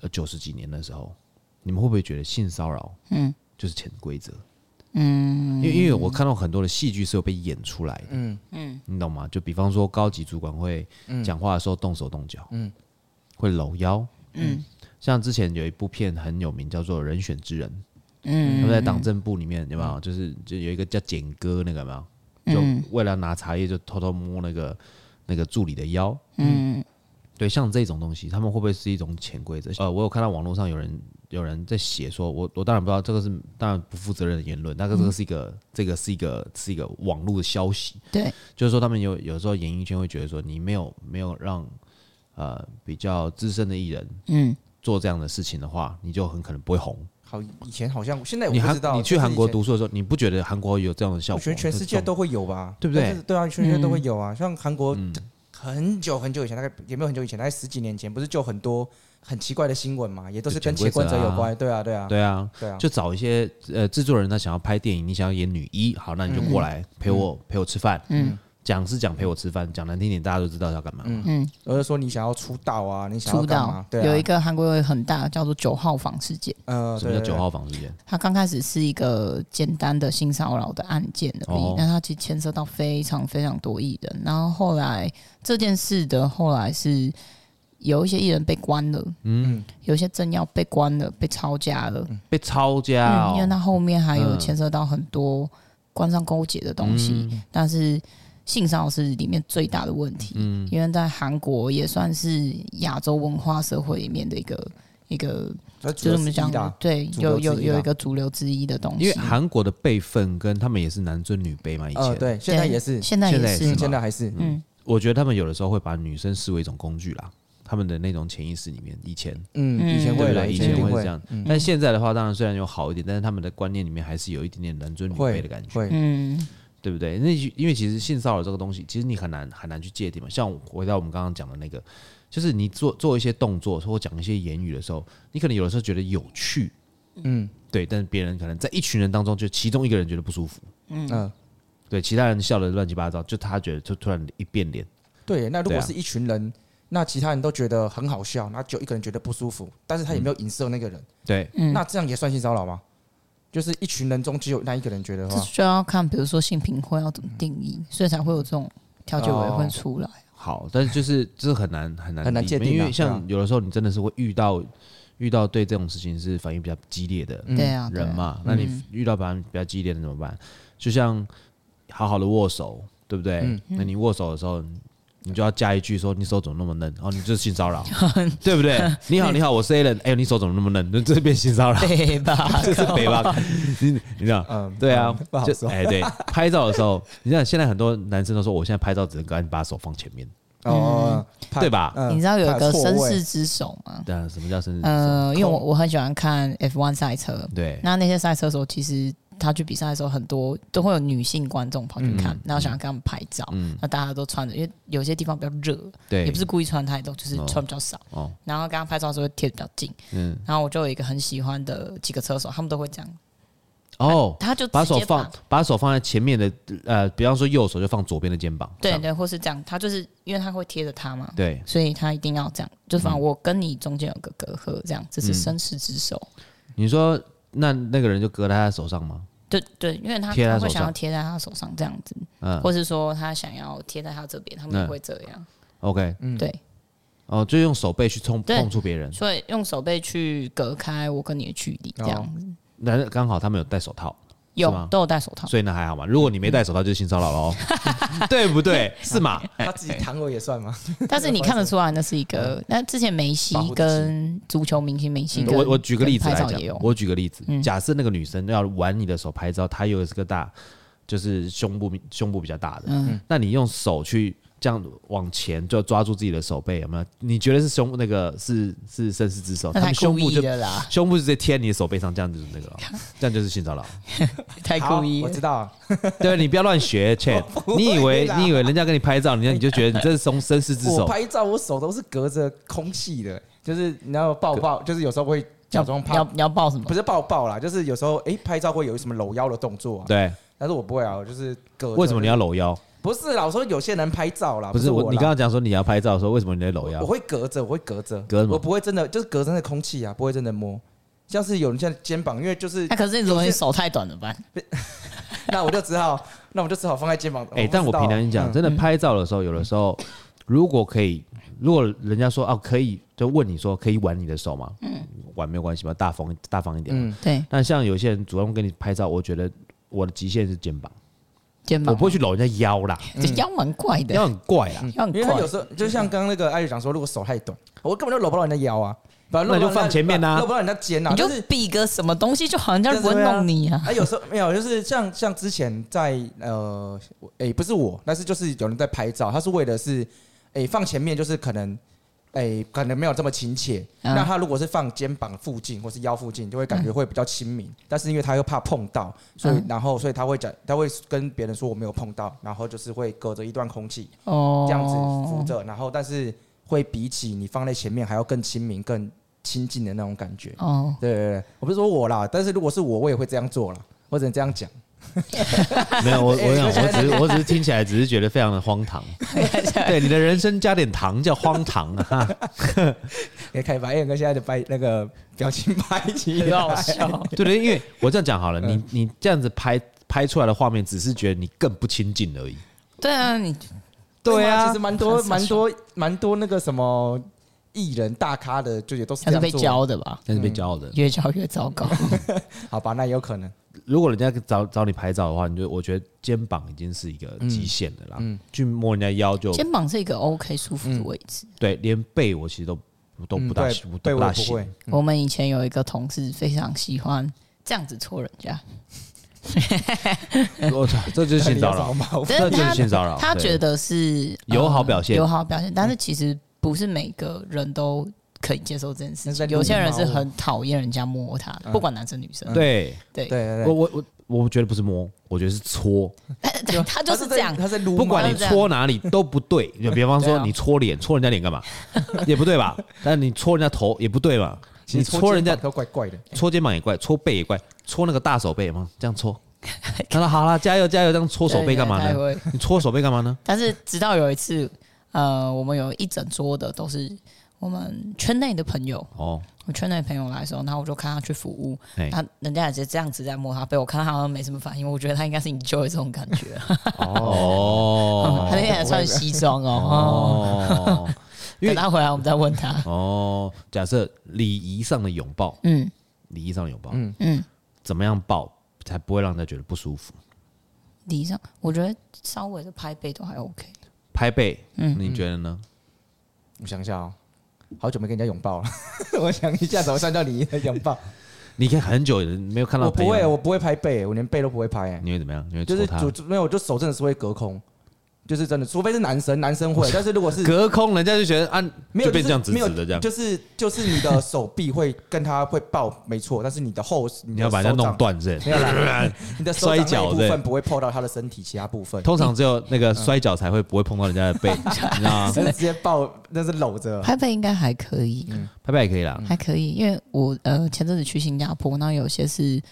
[SPEAKER 1] 呃九十几年的时候，你们会不会觉得性骚扰
[SPEAKER 2] 嗯
[SPEAKER 1] 就是潜规则？因
[SPEAKER 2] 嗯
[SPEAKER 1] 为因为我看到很多的戏剧是有被演出来的，
[SPEAKER 3] 嗯，
[SPEAKER 2] 嗯
[SPEAKER 1] 你懂吗？就比方说高级主管会讲话的时候动手动脚，嗯，会搂腰。
[SPEAKER 2] 嗯
[SPEAKER 1] 像之前有一部片很有名，叫做《人选之人》，他
[SPEAKER 2] 嗯，
[SPEAKER 1] 们在党政部里面有没有？就是就有一个叫简哥那个有没有？
[SPEAKER 2] 嗯
[SPEAKER 1] 就为了拿茶叶，就偷偷摸那个那个助理的腰。
[SPEAKER 2] 嗯
[SPEAKER 1] 对，像这种东西，他们会不会是一种潜规则？呃，我有看到网络上有人有人在写说，我我当然不知道这个是当然不负责任的言论，但是这个是一个、这个是一个是一个网络的消息，
[SPEAKER 2] 对，
[SPEAKER 1] 就是说他们有有时候演艺圈会觉得说你没有没有让呃比较资深的艺人
[SPEAKER 2] 嗯
[SPEAKER 1] 做这样的事情的话，你就很可能不会红。
[SPEAKER 3] 好，以前好像现哎在我
[SPEAKER 1] 你
[SPEAKER 3] 不
[SPEAKER 1] 韩
[SPEAKER 3] 知道，
[SPEAKER 1] 你去
[SPEAKER 3] 就是
[SPEAKER 1] 韩国
[SPEAKER 3] 以前
[SPEAKER 1] 读书的时候，你不觉得韩国有这样的效
[SPEAKER 3] 我
[SPEAKER 1] 果？
[SPEAKER 3] 觉得全世
[SPEAKER 1] 这
[SPEAKER 3] 界
[SPEAKER 1] 种
[SPEAKER 3] 都会有吧，
[SPEAKER 1] 对不对嗯
[SPEAKER 3] 但是对啊，全世界都
[SPEAKER 2] 嗯
[SPEAKER 3] 会有啊。像韩国很久很久以前，大概也没有很久以前，大概十几年前，不是就很多很奇怪的新闻嘛，也都是跟
[SPEAKER 1] 潜
[SPEAKER 3] 潜
[SPEAKER 1] 规
[SPEAKER 3] 规
[SPEAKER 1] 则
[SPEAKER 3] 则有关。对啊，对啊，
[SPEAKER 1] 对啊，
[SPEAKER 3] 对啊，
[SPEAKER 1] 就找一些呃制作人，他想要拍电影，你想要演女一，好，那你就过
[SPEAKER 3] 嗯
[SPEAKER 1] 来陪我、陪我吃饭。
[SPEAKER 2] 嗯
[SPEAKER 1] 讲是讲陪我吃饭，讲难听点，大家都知道要干嘛。
[SPEAKER 3] 嗯
[SPEAKER 2] 嗯，
[SPEAKER 3] 我就说你想要出道啊，你想要
[SPEAKER 2] 出
[SPEAKER 3] 干
[SPEAKER 2] 道
[SPEAKER 3] 嘛？对啊，
[SPEAKER 2] 有一个韩国有一个很大叫做九号房事件，
[SPEAKER 3] 呃，
[SPEAKER 1] 什么叫
[SPEAKER 3] 对
[SPEAKER 1] 九？号房之间？
[SPEAKER 2] 它刚开始是一个简单的性骚扰的案件而
[SPEAKER 1] 哦
[SPEAKER 2] 已，但它其实牵涉到非常非常多艺人。然后后来这件事的后来是有一些艺人被关了，
[SPEAKER 1] 嗯，
[SPEAKER 2] 有一些政要被关了，被抄家了，
[SPEAKER 1] 被抄家、哦
[SPEAKER 2] 嗯，因为它后面还有
[SPEAKER 1] 嗯
[SPEAKER 2] 牵涉到很多官商勾结的东西，
[SPEAKER 1] 嗯
[SPEAKER 2] 但是性骚扰是里面最大的问题，嗯，因为在韩国也算是亚洲文化社会里面的一个一个，
[SPEAKER 3] 那主
[SPEAKER 2] 就是
[SPEAKER 3] 要
[SPEAKER 2] 我们讲
[SPEAKER 3] 的，
[SPEAKER 2] 对，
[SPEAKER 3] 主流
[SPEAKER 2] 有
[SPEAKER 3] 之一
[SPEAKER 2] 有有
[SPEAKER 3] 啦
[SPEAKER 2] 一个主流之一的东西，
[SPEAKER 1] 因为韩国的辈分跟他们也是男尊女卑嘛，以前、
[SPEAKER 3] 呃，对，现在也是，
[SPEAKER 2] 现在
[SPEAKER 1] 现在
[SPEAKER 2] 也
[SPEAKER 1] 也
[SPEAKER 2] 是
[SPEAKER 1] 是，
[SPEAKER 3] 现在还是，
[SPEAKER 2] 嗯，
[SPEAKER 1] 我觉得他们有的时候会把女生视为一种工具啦，他们的那种潜意识里面，以前
[SPEAKER 3] 嗯，
[SPEAKER 2] 嗯
[SPEAKER 3] 以前
[SPEAKER 1] 对
[SPEAKER 3] 会
[SPEAKER 1] 不
[SPEAKER 3] 了，
[SPEAKER 1] 对？以
[SPEAKER 3] 前一
[SPEAKER 1] 前
[SPEAKER 3] 定
[SPEAKER 1] 会
[SPEAKER 3] 会嗯
[SPEAKER 1] 这样，但现在的话，当然虽然有好一点，但是他们的观念里面还是有一点点男尊女卑
[SPEAKER 3] 会
[SPEAKER 1] 的感觉，
[SPEAKER 3] 会，
[SPEAKER 2] 嗯，
[SPEAKER 1] 对不对？那因为其实性骚扰这个东西，其实你很难很难去界定嘛。像回到我们刚刚讲的那个，就是你做做一些动作或讲一些言语的时候，你可能有的时候觉得有趣，
[SPEAKER 3] 嗯
[SPEAKER 1] 对，但是别人可能在一群人当中，就其中一个人觉得不舒服，
[SPEAKER 3] 嗯，
[SPEAKER 1] 对，其他人笑得乱七八糟，就他觉得就突然一变脸，
[SPEAKER 3] 对。那如
[SPEAKER 1] 对
[SPEAKER 3] 果
[SPEAKER 1] 啊
[SPEAKER 3] 是一群人，那其他人都觉得很好笑，那就一个人觉得不舒服，但是
[SPEAKER 1] 嗯
[SPEAKER 3] 他也没有影射那个人，
[SPEAKER 1] 对，
[SPEAKER 2] 嗯
[SPEAKER 3] 那这样也算性骚扰吗？就是一群人中只有那一个人觉得的
[SPEAKER 2] 这
[SPEAKER 3] 话，
[SPEAKER 2] 就要看，比如说性平会要怎么定义，所以才会有这种调解委员会出来。
[SPEAKER 1] 好，但是就是这很难很难
[SPEAKER 3] 很难
[SPEAKER 1] 避
[SPEAKER 3] 界
[SPEAKER 1] 免
[SPEAKER 3] 定啊
[SPEAKER 1] 因为
[SPEAKER 3] 对啊
[SPEAKER 1] 像有的时候你真的是会遇到遇到对这种事情是反应比较激烈的
[SPEAKER 3] 嗯
[SPEAKER 2] 对啊，对
[SPEAKER 1] 嗯人
[SPEAKER 2] 啊，
[SPEAKER 1] 嘛，那你遇到反应比较激烈的怎么办？就像好好的握手，对不对？
[SPEAKER 2] 嗯
[SPEAKER 1] 那你握手的时候。你就要加一句说你手怎么那么嫩？哦，你这是性骚 扰，对不对？你好，你好，我是 a l a n 哎呦，你手怎么那么嫩？那这变性骚扰，
[SPEAKER 2] 对吧？
[SPEAKER 1] 这是北 吧？你你知道？
[SPEAKER 3] 嗯，
[SPEAKER 1] 对啊
[SPEAKER 3] 嗯不，好
[SPEAKER 1] 就
[SPEAKER 3] 说
[SPEAKER 1] 哎，对，拍照的时候，你看现在很多男生都说，我现在拍照只能赶紧把手放前面，
[SPEAKER 3] 哦，怕
[SPEAKER 1] 对？吧？
[SPEAKER 3] 嗯
[SPEAKER 2] 你知道有一个
[SPEAKER 3] 怕错位
[SPEAKER 2] 绅士之手吗？
[SPEAKER 1] 对啊，什么叫生日？
[SPEAKER 2] 呃，因为我我很喜欢看 F1 赛车，
[SPEAKER 1] 对，
[SPEAKER 2] 那那些赛车手其实他去比赛的时候，很多都会有女性观众跑去看，然后想要跟他们拍照。
[SPEAKER 1] 嗯，
[SPEAKER 2] 那大家都穿着，因为有些地方比较热，
[SPEAKER 1] 对，
[SPEAKER 2] 也不是故意穿太多，就是
[SPEAKER 1] 哦
[SPEAKER 2] 穿比较少。
[SPEAKER 1] 哦，
[SPEAKER 2] 然后跟他拍照的时候会贴得比较近。
[SPEAKER 1] 嗯，
[SPEAKER 2] 然后我就有一个很喜欢的几个车手，他们都会这样，
[SPEAKER 1] 哦，
[SPEAKER 2] 他就直接
[SPEAKER 1] 把手放，把手放在前面的，呃，比方说右手就放左边的肩膀，这
[SPEAKER 2] 对
[SPEAKER 1] 样
[SPEAKER 2] 对，或是这样，他就是因为他会贴着他嘛，
[SPEAKER 1] 对，嗯
[SPEAKER 2] 所以他一定要这样，就反正我跟你中间有个隔阂，这样这是绅士之手。
[SPEAKER 1] 你说那那个人就搁在他手上吗？
[SPEAKER 2] 对对，因为他
[SPEAKER 1] 贴在
[SPEAKER 2] 他
[SPEAKER 1] 手
[SPEAKER 2] 会想要
[SPEAKER 1] 上
[SPEAKER 2] 贴在他手上这样子，
[SPEAKER 1] 嗯
[SPEAKER 2] 或是说他想要贴在他这边，他们
[SPEAKER 1] 嗯
[SPEAKER 2] 也会这样。
[SPEAKER 1] ，OK，
[SPEAKER 3] 嗯
[SPEAKER 2] 对，
[SPEAKER 1] 哦，就用手背去冲
[SPEAKER 2] 对
[SPEAKER 1] 碰触别人，
[SPEAKER 2] 所以用手背去隔开我跟你的距
[SPEAKER 3] 哦
[SPEAKER 2] 离，这样子、
[SPEAKER 1] 那刚好他们有戴手套，
[SPEAKER 2] 有
[SPEAKER 1] 吗
[SPEAKER 2] 都有戴手套。
[SPEAKER 1] 所以那还好嘛。如果你没戴手套，就是性骚扰 喽，对不对？是嘛？
[SPEAKER 3] 他自己躺我也算吗？
[SPEAKER 2] 但是你看得出来，那是一
[SPEAKER 3] 嗯
[SPEAKER 2] 个。那之前梅西
[SPEAKER 3] 保护自己
[SPEAKER 2] 跟足球明星梅西跟，
[SPEAKER 1] 嗯我我举个例子
[SPEAKER 2] 嗯啊跟
[SPEAKER 1] 来
[SPEAKER 2] 拍照也
[SPEAKER 1] 讲
[SPEAKER 2] 有，，嗯
[SPEAKER 1] 我举个例子，假设那个女生要玩你的手拍照，她又是个大，就是胸部胸部比较大的，
[SPEAKER 2] 嗯
[SPEAKER 3] 嗯
[SPEAKER 1] 那你用手去这样往前就抓住自己的手背，有没有？你觉得是胸那个是是绅士之手，
[SPEAKER 2] 那
[SPEAKER 1] 他
[SPEAKER 2] 太
[SPEAKER 1] 们胸
[SPEAKER 2] 故
[SPEAKER 1] 部
[SPEAKER 2] 意
[SPEAKER 1] 就
[SPEAKER 2] 的啦，
[SPEAKER 1] 胸部直接贴你的手背上，这样就是那个 了，这样就是性骚扰。
[SPEAKER 2] 太
[SPEAKER 1] 哎
[SPEAKER 3] 好
[SPEAKER 2] 故意
[SPEAKER 3] 我
[SPEAKER 2] 了
[SPEAKER 3] 知。道了，
[SPEAKER 1] 对，你不要乱学 c h
[SPEAKER 3] 不
[SPEAKER 1] a
[SPEAKER 3] 会
[SPEAKER 1] 你以为
[SPEAKER 3] 啦
[SPEAKER 1] 你以为人家跟你拍照，你就你就觉得你这是松绅士之
[SPEAKER 3] 我
[SPEAKER 1] 手，
[SPEAKER 3] 拍照我手都是隔着空气的，就是你要抱抱，就是有时候会假装
[SPEAKER 2] 要
[SPEAKER 3] 怕，
[SPEAKER 2] 你要抱什么
[SPEAKER 3] 不？是抱抱啦，就是有时候哎拍照会有什么搂腰的动作啊，
[SPEAKER 1] 对？
[SPEAKER 3] 但是我不会啊，我就是隔着。
[SPEAKER 1] 为什么你要搂腰？
[SPEAKER 3] 不是啦，我说有些人拍照啦，
[SPEAKER 1] 不
[SPEAKER 3] 啊是
[SPEAKER 1] 是
[SPEAKER 3] 我
[SPEAKER 1] 我，
[SPEAKER 3] 啦，
[SPEAKER 1] 你刚刚讲说你要拍照的时候，为什么你在搂
[SPEAKER 3] 我
[SPEAKER 1] 腰？
[SPEAKER 3] 会隔着，我会隔着，
[SPEAKER 1] 啊隔什么
[SPEAKER 3] 我不会真的就是隔着那空气啊，不会真的摸。像是有人像肩膀，因 为就是
[SPEAKER 2] 那、可是你如果你
[SPEAKER 3] 有些
[SPEAKER 2] 手太短怎么办？
[SPEAKER 3] 那我就只好，那我就只好放在肩膀。
[SPEAKER 1] 哎、
[SPEAKER 3] 哦我不
[SPEAKER 1] 但我
[SPEAKER 3] 知道
[SPEAKER 1] 平常讲，
[SPEAKER 3] 嗯
[SPEAKER 1] 真的拍照的时候，有的时候如果可以，如果人家说哦、可以，就问你说可以挽你的手吗？嗯，挽没有关系嘛，大方大方一点嘛。
[SPEAKER 3] 嗯，
[SPEAKER 2] 对，
[SPEAKER 1] 但像有些人主动跟你拍照，我觉得我的极限是肩膀，
[SPEAKER 2] 肩
[SPEAKER 1] 我
[SPEAKER 2] 膀哎
[SPEAKER 1] 不会去搂人家腰啦，
[SPEAKER 2] 这嗯腰蛮怪的，
[SPEAKER 1] 腰很怪啦。
[SPEAKER 2] 腰很
[SPEAKER 3] 嗯因为他
[SPEAKER 2] 怪
[SPEAKER 3] 有。时候就像刚刚那个艾瑞讲说，如果手太短，我根本就搂不到人家腰啊，把
[SPEAKER 1] 那你就放前面啊
[SPEAKER 3] 搂不到人家肩啊，
[SPEAKER 2] 你就
[SPEAKER 3] 但是
[SPEAKER 2] 比个什么东西，就好像人家
[SPEAKER 3] 但
[SPEAKER 2] 玩
[SPEAKER 3] 是会啊
[SPEAKER 2] 弄你 啊！
[SPEAKER 3] 啊，有时候没有，就是像像之前在呃，哎、不是我，但是就是有人在拍照，他是为了是，哎、放前面就是可能，哎、可能没有这么亲切。
[SPEAKER 2] 嗯
[SPEAKER 3] 那他如果是放肩膀附近或是腰附近，就会感觉会比较亲民。但是因为他又怕碰到，所以、
[SPEAKER 2] 嗯
[SPEAKER 3] 然后所以他会讲，他会跟别人说我没有碰到，然后就是会隔着一段空气
[SPEAKER 2] 哦，
[SPEAKER 3] 这样子扶着，然后但是会比起你放在前面还要更亲民、更亲近的那种感觉。
[SPEAKER 2] 哦，
[SPEAKER 3] 对对对，我不是说我啦，但是如果是我，我也会这样做啦，我只能这样讲。
[SPEAKER 1] 没有，我我想，
[SPEAKER 3] 哎
[SPEAKER 1] 我只是我只是听起来只是觉得非常的荒唐。对，你的人生加点糖叫荒唐啊！
[SPEAKER 3] 也可以把 A 跟现在的白那个表情拍 起
[SPEAKER 2] 很
[SPEAKER 3] 来，
[SPEAKER 2] 好笑。
[SPEAKER 1] 对对，因为我这样讲好了，你你这样子拍拍出来的画面，只是觉得你更不亲近而已。
[SPEAKER 2] 对啊，你
[SPEAKER 3] 对
[SPEAKER 1] 对
[SPEAKER 3] 啊，
[SPEAKER 1] 啊
[SPEAKER 3] 其实蛮多
[SPEAKER 2] 很傻
[SPEAKER 3] 蛮多蛮多那个什么艺人大咖的，就也都是
[SPEAKER 2] 他
[SPEAKER 3] 这样
[SPEAKER 2] 是被
[SPEAKER 3] 做
[SPEAKER 2] 教的吧？
[SPEAKER 1] 但是被骄傲的。
[SPEAKER 2] 越教越 糟糕。
[SPEAKER 3] 好吧，那也有可能。
[SPEAKER 1] 如果人家找找你拍照的话，你就我觉得肩膀已经是一个
[SPEAKER 3] 嗯
[SPEAKER 1] 极限的啦，去摸人家腰就
[SPEAKER 2] 肩膀是一个 OK 舒服的位置。
[SPEAKER 1] 对，连背我其实都都
[SPEAKER 3] 嗯
[SPEAKER 1] 不大
[SPEAKER 3] 对
[SPEAKER 1] 行，
[SPEAKER 3] 对
[SPEAKER 1] 都
[SPEAKER 3] 我
[SPEAKER 1] 大
[SPEAKER 3] 也不
[SPEAKER 1] 行
[SPEAKER 3] 会。，
[SPEAKER 2] 我们以前有一个同事非常喜欢这样子戳人家，
[SPEAKER 1] 我操， 这就是性骚
[SPEAKER 3] 到
[SPEAKER 1] 扰，
[SPEAKER 3] 毛病？
[SPEAKER 1] 这
[SPEAKER 2] 但是
[SPEAKER 1] 就是
[SPEAKER 2] 他
[SPEAKER 1] 性骚扰。
[SPEAKER 2] 他
[SPEAKER 1] 对
[SPEAKER 2] 觉得是呃
[SPEAKER 1] 友好表现嗯
[SPEAKER 2] 友好表现，但是其实不是每个人都可以接受这件事
[SPEAKER 3] 那在
[SPEAKER 2] 情。
[SPEAKER 3] 路
[SPEAKER 2] 有些人是
[SPEAKER 3] 上
[SPEAKER 2] 很讨厌人家摸他的，
[SPEAKER 3] 嗯
[SPEAKER 2] 不管男生女生。
[SPEAKER 1] 对
[SPEAKER 2] 对
[SPEAKER 3] 对
[SPEAKER 1] 我
[SPEAKER 3] 对对，
[SPEAKER 1] 我我我觉得不是摸，我觉得是搓，
[SPEAKER 2] 对，他就是这样
[SPEAKER 3] 在。他在撸
[SPEAKER 1] 不管
[SPEAKER 3] 猫
[SPEAKER 1] 你搓哪里都不对。 就比方
[SPEAKER 2] 对
[SPEAKER 1] 说
[SPEAKER 2] 啊
[SPEAKER 1] 你搓脸，搓人家脸干嘛？也不对吧？但你搓人家头也不对吧？
[SPEAKER 3] 其
[SPEAKER 1] 你
[SPEAKER 3] 实
[SPEAKER 1] 搓人
[SPEAKER 3] 肩
[SPEAKER 1] 家
[SPEAKER 3] 膀都怪怪的。
[SPEAKER 1] 搓肩膀也怪，搓背也怪，搓那个大手背嘛，这样 搓。他说好啦，加油加油，这样搓手背干嘛
[SPEAKER 2] 对对
[SPEAKER 1] 呢？
[SPEAKER 2] 对他会
[SPEAKER 1] 你搓手背干嘛呢？
[SPEAKER 2] 但是直到有一次，呃，我们有一整桌的都是我们圈内的朋友，
[SPEAKER 1] 哦，
[SPEAKER 2] 我圈内朋友来的时候，然后我就看他去服务
[SPEAKER 1] 嘿，
[SPEAKER 2] 他人家也是这样子在摸他背，我看他好像没什么反应，我觉得他应该是 enjoy 这种感觉，
[SPEAKER 1] 哦
[SPEAKER 2] 他那天还穿西装哦。
[SPEAKER 1] 哦，因
[SPEAKER 2] 等
[SPEAKER 1] 为
[SPEAKER 2] 他回来，我们再问 他。
[SPEAKER 1] 哦，假设礼仪上的拥抱，
[SPEAKER 2] 嗯
[SPEAKER 1] 礼仪上的拥抱，
[SPEAKER 3] 嗯
[SPEAKER 2] 嗯，
[SPEAKER 1] 怎么样抱才不会让人家觉得不舒服？
[SPEAKER 2] 礼上我觉得稍微的拍背都还 OK。
[SPEAKER 1] 拍背，
[SPEAKER 2] 嗯
[SPEAKER 1] 你觉得呢？
[SPEAKER 3] 我想一下
[SPEAKER 1] 啊
[SPEAKER 3] 哦，好久没跟人家拥抱了， 我想一下怎么算叫你的拥抱。
[SPEAKER 1] 你可以很久没有看到
[SPEAKER 3] 我
[SPEAKER 1] 朋
[SPEAKER 3] 不会，
[SPEAKER 1] 友，
[SPEAKER 3] 我不会拍背，我连背都不会拍，哎，
[SPEAKER 1] 你会怎么样？你会
[SPEAKER 3] 就
[SPEAKER 1] 戳
[SPEAKER 3] 是
[SPEAKER 1] 他？
[SPEAKER 3] 就没有，我就手真的是会隔空。就是真的，除非是男生，男生会，但是如果是
[SPEAKER 1] 哦 隔空人家就觉得啊，
[SPEAKER 3] 没有
[SPEAKER 1] 就变
[SPEAKER 3] 是
[SPEAKER 1] 这样直
[SPEAKER 3] 没有
[SPEAKER 1] 直的这样，
[SPEAKER 3] 就是就是你的手臂会跟他会抱，没错，但是你的后你
[SPEAKER 1] 你
[SPEAKER 3] 的
[SPEAKER 1] 要把人家
[SPEAKER 3] 手掌
[SPEAKER 1] 弄，断是不是？
[SPEAKER 3] 没 有啦，你的手掌
[SPEAKER 1] 摔
[SPEAKER 3] 那
[SPEAKER 1] 跤
[SPEAKER 3] 一部
[SPEAKER 1] 对
[SPEAKER 3] 分不会碰到他的身体其他部分，
[SPEAKER 1] 通常只有那
[SPEAKER 3] 嗯
[SPEAKER 1] 个摔跤才会不会碰到人家的 背，你知道吗？
[SPEAKER 3] 真的直接抱，那是搂
[SPEAKER 1] 啊
[SPEAKER 3] 着，
[SPEAKER 2] 拍背应该还可以，
[SPEAKER 1] 拍拍也可以啦。
[SPEAKER 2] 还可以，因为我呃前阵子去新加坡，那有些是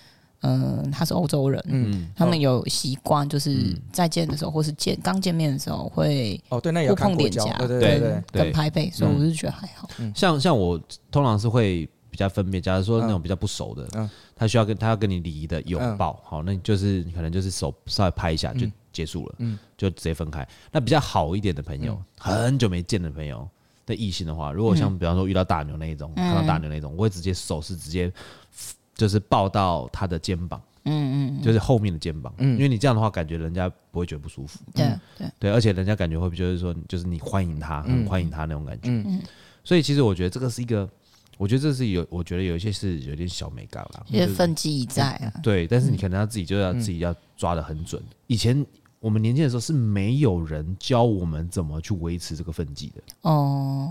[SPEAKER 2] 嗯、呃他是欧洲人，
[SPEAKER 1] 嗯，
[SPEAKER 2] 他们有习惯就是再见的时候，或是见刚见面的时候会
[SPEAKER 3] 哦，对，那也
[SPEAKER 2] 互
[SPEAKER 3] 要看
[SPEAKER 2] 碰
[SPEAKER 3] 国
[SPEAKER 2] 脸
[SPEAKER 3] 交
[SPEAKER 2] 颊，，
[SPEAKER 3] 对对
[SPEAKER 1] 对
[SPEAKER 3] 对对，
[SPEAKER 1] 对嗯
[SPEAKER 2] 跟拍背，所以我就觉得还好。
[SPEAKER 1] 像像我通常是会比较分辨，假如说那种比较不熟的，
[SPEAKER 3] 嗯
[SPEAKER 1] 他需要跟他要跟你礼仪的
[SPEAKER 2] 嗯
[SPEAKER 1] 拥抱，好，那你就是可能就是手稍微拍一下就结束了，
[SPEAKER 2] 嗯
[SPEAKER 1] 就直接分开。那比较好一点的朋友，很久没见的朋友的异性的话，
[SPEAKER 2] 嗯
[SPEAKER 1] 如果像比方说遇到大牛那一种，看到大牛那一种，我会直接手是直接就是抱到他的肩膀，
[SPEAKER 2] 嗯嗯，
[SPEAKER 1] 就是后面的肩膀，因为你这样的话，感觉人家不会觉得不舒服。
[SPEAKER 2] 对对，
[SPEAKER 1] 对，而且人家感觉会不会就是说，就是你欢迎他，很欢迎他那种感觉。所以其实我觉得这个是一个，我觉得这是有，我觉得有一些是有点小美感啦。
[SPEAKER 2] 因为
[SPEAKER 1] 就是
[SPEAKER 2] 分际已在啊。
[SPEAKER 1] 对，但是你可能要自己就要自己要抓的很准。以前我们年轻的时候是没有人教我们怎么去维持这个分际的，
[SPEAKER 2] 哦，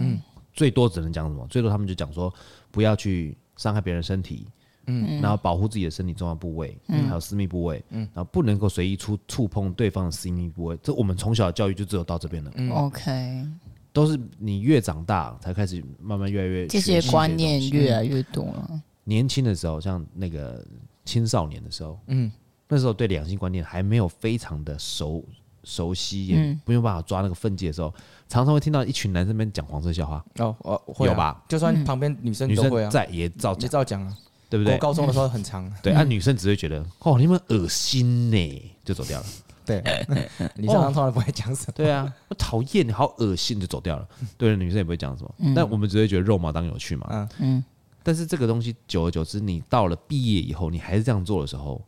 [SPEAKER 1] 最多只能讲什么？最多他们就讲说不要去伤害别人身体。嗯，然后保护自己的身体重要部位，还有私密部位，嗯，然后不能够随意触触碰对方的私密部位。这我们从小的教育就只有到这边了。
[SPEAKER 2] OK，
[SPEAKER 1] 都是你越长大才开始慢慢越来越
[SPEAKER 2] 这
[SPEAKER 1] 学
[SPEAKER 2] 些
[SPEAKER 1] 习这
[SPEAKER 2] 观
[SPEAKER 1] 些东
[SPEAKER 2] 念
[SPEAKER 1] 西
[SPEAKER 2] 越来越多了。
[SPEAKER 1] 年轻的时候，像那个青少年的时候，嗯，那时候对两性观念还没有非常的熟熟悉，也没有办法抓那个分界的时候，常常会听到一群男生在那边讲黄色笑话，
[SPEAKER 3] 哦，哦，会啊
[SPEAKER 1] 有吧？
[SPEAKER 3] 就算旁边女生
[SPEAKER 1] 女
[SPEAKER 3] 都会
[SPEAKER 1] 生
[SPEAKER 3] 啊，
[SPEAKER 1] 在也照
[SPEAKER 3] 你
[SPEAKER 1] 讲，
[SPEAKER 3] 照讲啊。
[SPEAKER 1] 对不
[SPEAKER 3] 我
[SPEAKER 1] 对？
[SPEAKER 3] 高中的时候很长，
[SPEAKER 1] 对，啊，女生只会觉得哦，你们恶心呢，就走掉了。
[SPEAKER 3] 对，李
[SPEAKER 1] 哦
[SPEAKER 3] 尚堂从来不会讲什么。
[SPEAKER 1] 对啊，我讨厌，好恶心，就走掉了。对，女生也不会讲什么，但我们只会觉得肉麻当有趣嘛。嗯
[SPEAKER 3] 嗯
[SPEAKER 1] 但是这个东西，久而久之，你到了毕业以后，你还是这样做的时候，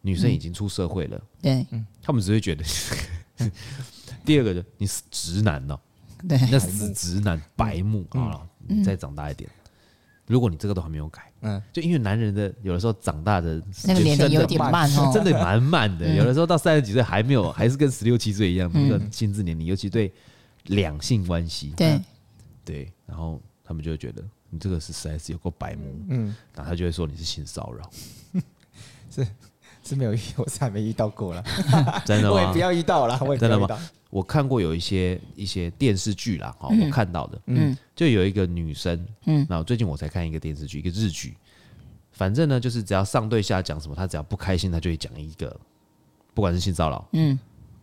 [SPEAKER 1] 女生已经出社会了，
[SPEAKER 2] 对
[SPEAKER 1] 她们只会觉得。 第二个，你是直男哦，
[SPEAKER 2] 对，
[SPEAKER 1] 那死直男白目
[SPEAKER 2] 嗯
[SPEAKER 1] 啊！你再长大一点，如果你这个都还没有改，嗯
[SPEAKER 3] 嗯，
[SPEAKER 1] 就因为男人的有的时候长大的
[SPEAKER 2] 那个年龄有点
[SPEAKER 3] 慢
[SPEAKER 2] 慢哦，
[SPEAKER 1] 真的蛮慢的，有的时候到三十几岁还没有，还是跟十六七岁一
[SPEAKER 2] 嗯
[SPEAKER 1] 样，那个心智年龄，尤其对两性关系，
[SPEAKER 2] 对
[SPEAKER 1] 对，然后他们就会觉得你这个是实在是有够白目，
[SPEAKER 3] 嗯，
[SPEAKER 1] 然后他就会说你是性骚扰，
[SPEAKER 3] 是没有遇，我是还没遇到过了，
[SPEAKER 1] 真的
[SPEAKER 3] 我也
[SPEAKER 1] 吗
[SPEAKER 3] 不？要遇到 了，我也不
[SPEAKER 1] 真的
[SPEAKER 3] 要遇
[SPEAKER 1] 吗
[SPEAKER 3] 到。
[SPEAKER 1] 我看过有一些一些电视剧啦，哈，我看到的，嗯
[SPEAKER 2] 嗯，
[SPEAKER 1] 就有一个女生，嗯
[SPEAKER 2] 嗯，
[SPEAKER 1] 然后最近我才看一个电视剧，一个日剧，反正呢，就是只要上对下讲什么，她只要不开心，她就会讲一个，不管是性骚扰，
[SPEAKER 2] 嗯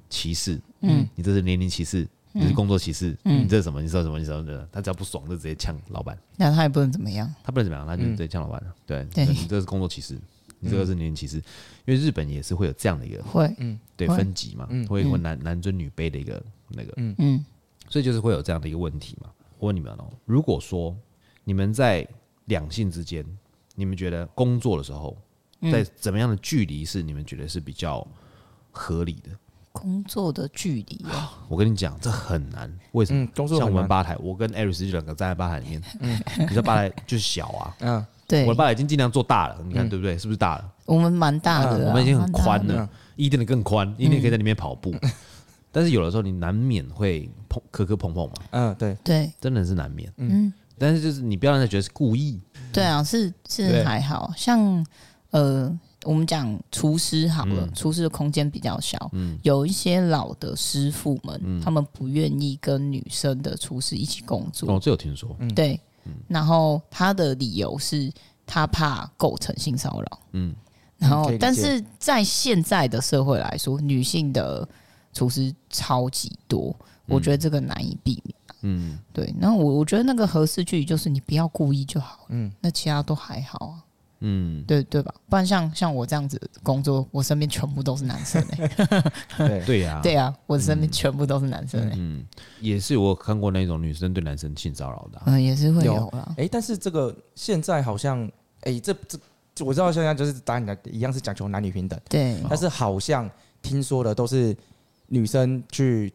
[SPEAKER 1] 歧视，嗯
[SPEAKER 2] 嗯，
[SPEAKER 1] 你这是年龄歧视，你是工作歧视，你这是什么？你说什么？你说什么？他只要不爽就直接呛老板，
[SPEAKER 2] 那他也不能怎么样。
[SPEAKER 1] 他不能怎么样，他就直接呛老板了。啊对，
[SPEAKER 2] 嗯对
[SPEAKER 1] 你这是工作歧视，你这个是年龄歧视，因为日本也是会有这样的一个
[SPEAKER 2] 会，
[SPEAKER 1] 对
[SPEAKER 2] 会
[SPEAKER 1] 分级嘛，会会男男尊女卑的一个那个，
[SPEAKER 2] 嗯，
[SPEAKER 1] 所以就是会有这样的一个问题嘛。我我问你们哦，如果说你们在两性之间，你们觉得工作的时候，
[SPEAKER 3] 嗯
[SPEAKER 1] 在怎么样的距离是你们觉得是比较合理的？
[SPEAKER 2] 工作的距离哦、
[SPEAKER 1] 我跟你讲，这很难。为什么？
[SPEAKER 3] 嗯，工作
[SPEAKER 1] 像
[SPEAKER 3] 很
[SPEAKER 1] 我们
[SPEAKER 3] 忙，
[SPEAKER 1] 吧台，我跟艾瑞斯就两个站在吧台里 面，你知道吧台就是小啊，
[SPEAKER 3] 嗯，
[SPEAKER 2] 对
[SPEAKER 1] 我的，吧台已经尽量做大了，你看
[SPEAKER 3] 嗯啊
[SPEAKER 1] 对不对？是不是大了？
[SPEAKER 2] 我们蛮大的啦、
[SPEAKER 1] 啊我们已经很
[SPEAKER 2] 蛮大的
[SPEAKER 1] 宽
[SPEAKER 3] 的
[SPEAKER 1] 了
[SPEAKER 3] 嗯，
[SPEAKER 1] 一定的更宽，一定可以在里面跑步。 但是有的时候你难免会碰磕磕碰碰嘛，
[SPEAKER 3] 嗯，对，
[SPEAKER 2] 对，
[SPEAKER 1] 真的是难免。
[SPEAKER 2] 嗯，
[SPEAKER 1] 但是就是你不要让人家觉得是故意，
[SPEAKER 2] 对啊，是
[SPEAKER 1] 嗯对
[SPEAKER 2] 是还好像呃，我们讲厨师好了，
[SPEAKER 1] 嗯
[SPEAKER 2] 厨师的空间比较小，有一些老的师傅们，
[SPEAKER 1] 嗯
[SPEAKER 2] 他们不愿意跟女生的厨师一起工作，
[SPEAKER 1] 哦，这有听说，
[SPEAKER 2] 对，然后他的理由是他怕构成性骚扰，
[SPEAKER 1] 嗯，
[SPEAKER 3] 嗯
[SPEAKER 2] 然
[SPEAKER 3] 可
[SPEAKER 2] 后
[SPEAKER 3] 以理解
[SPEAKER 2] 但是在现在的社会来说，女性的厨师超级多，我觉得这个难以避免。啊
[SPEAKER 1] 嗯，
[SPEAKER 2] 对，那我我觉得那个合适距离就是你不要故意就好，
[SPEAKER 3] 嗯
[SPEAKER 2] 嗯，那其他都还好啊，
[SPEAKER 1] 嗯，
[SPEAKER 2] 对对吧？不然像像我这样子工作，我身边全部都是男生哎、
[SPEAKER 3] 对，
[SPEAKER 1] 对呀、
[SPEAKER 2] 对啊，我身边全部都是男生哎、
[SPEAKER 1] 嗯，也是我有看过那种女生对男生性骚扰的啊、
[SPEAKER 2] 嗯，也是会
[SPEAKER 3] 有
[SPEAKER 2] 有啦，
[SPEAKER 3] 哎，但是这个现在好像，哎，这这我知道现在就是打你的一样是讲求男女平等，
[SPEAKER 2] 对，
[SPEAKER 3] 但是好像听说的都是女生去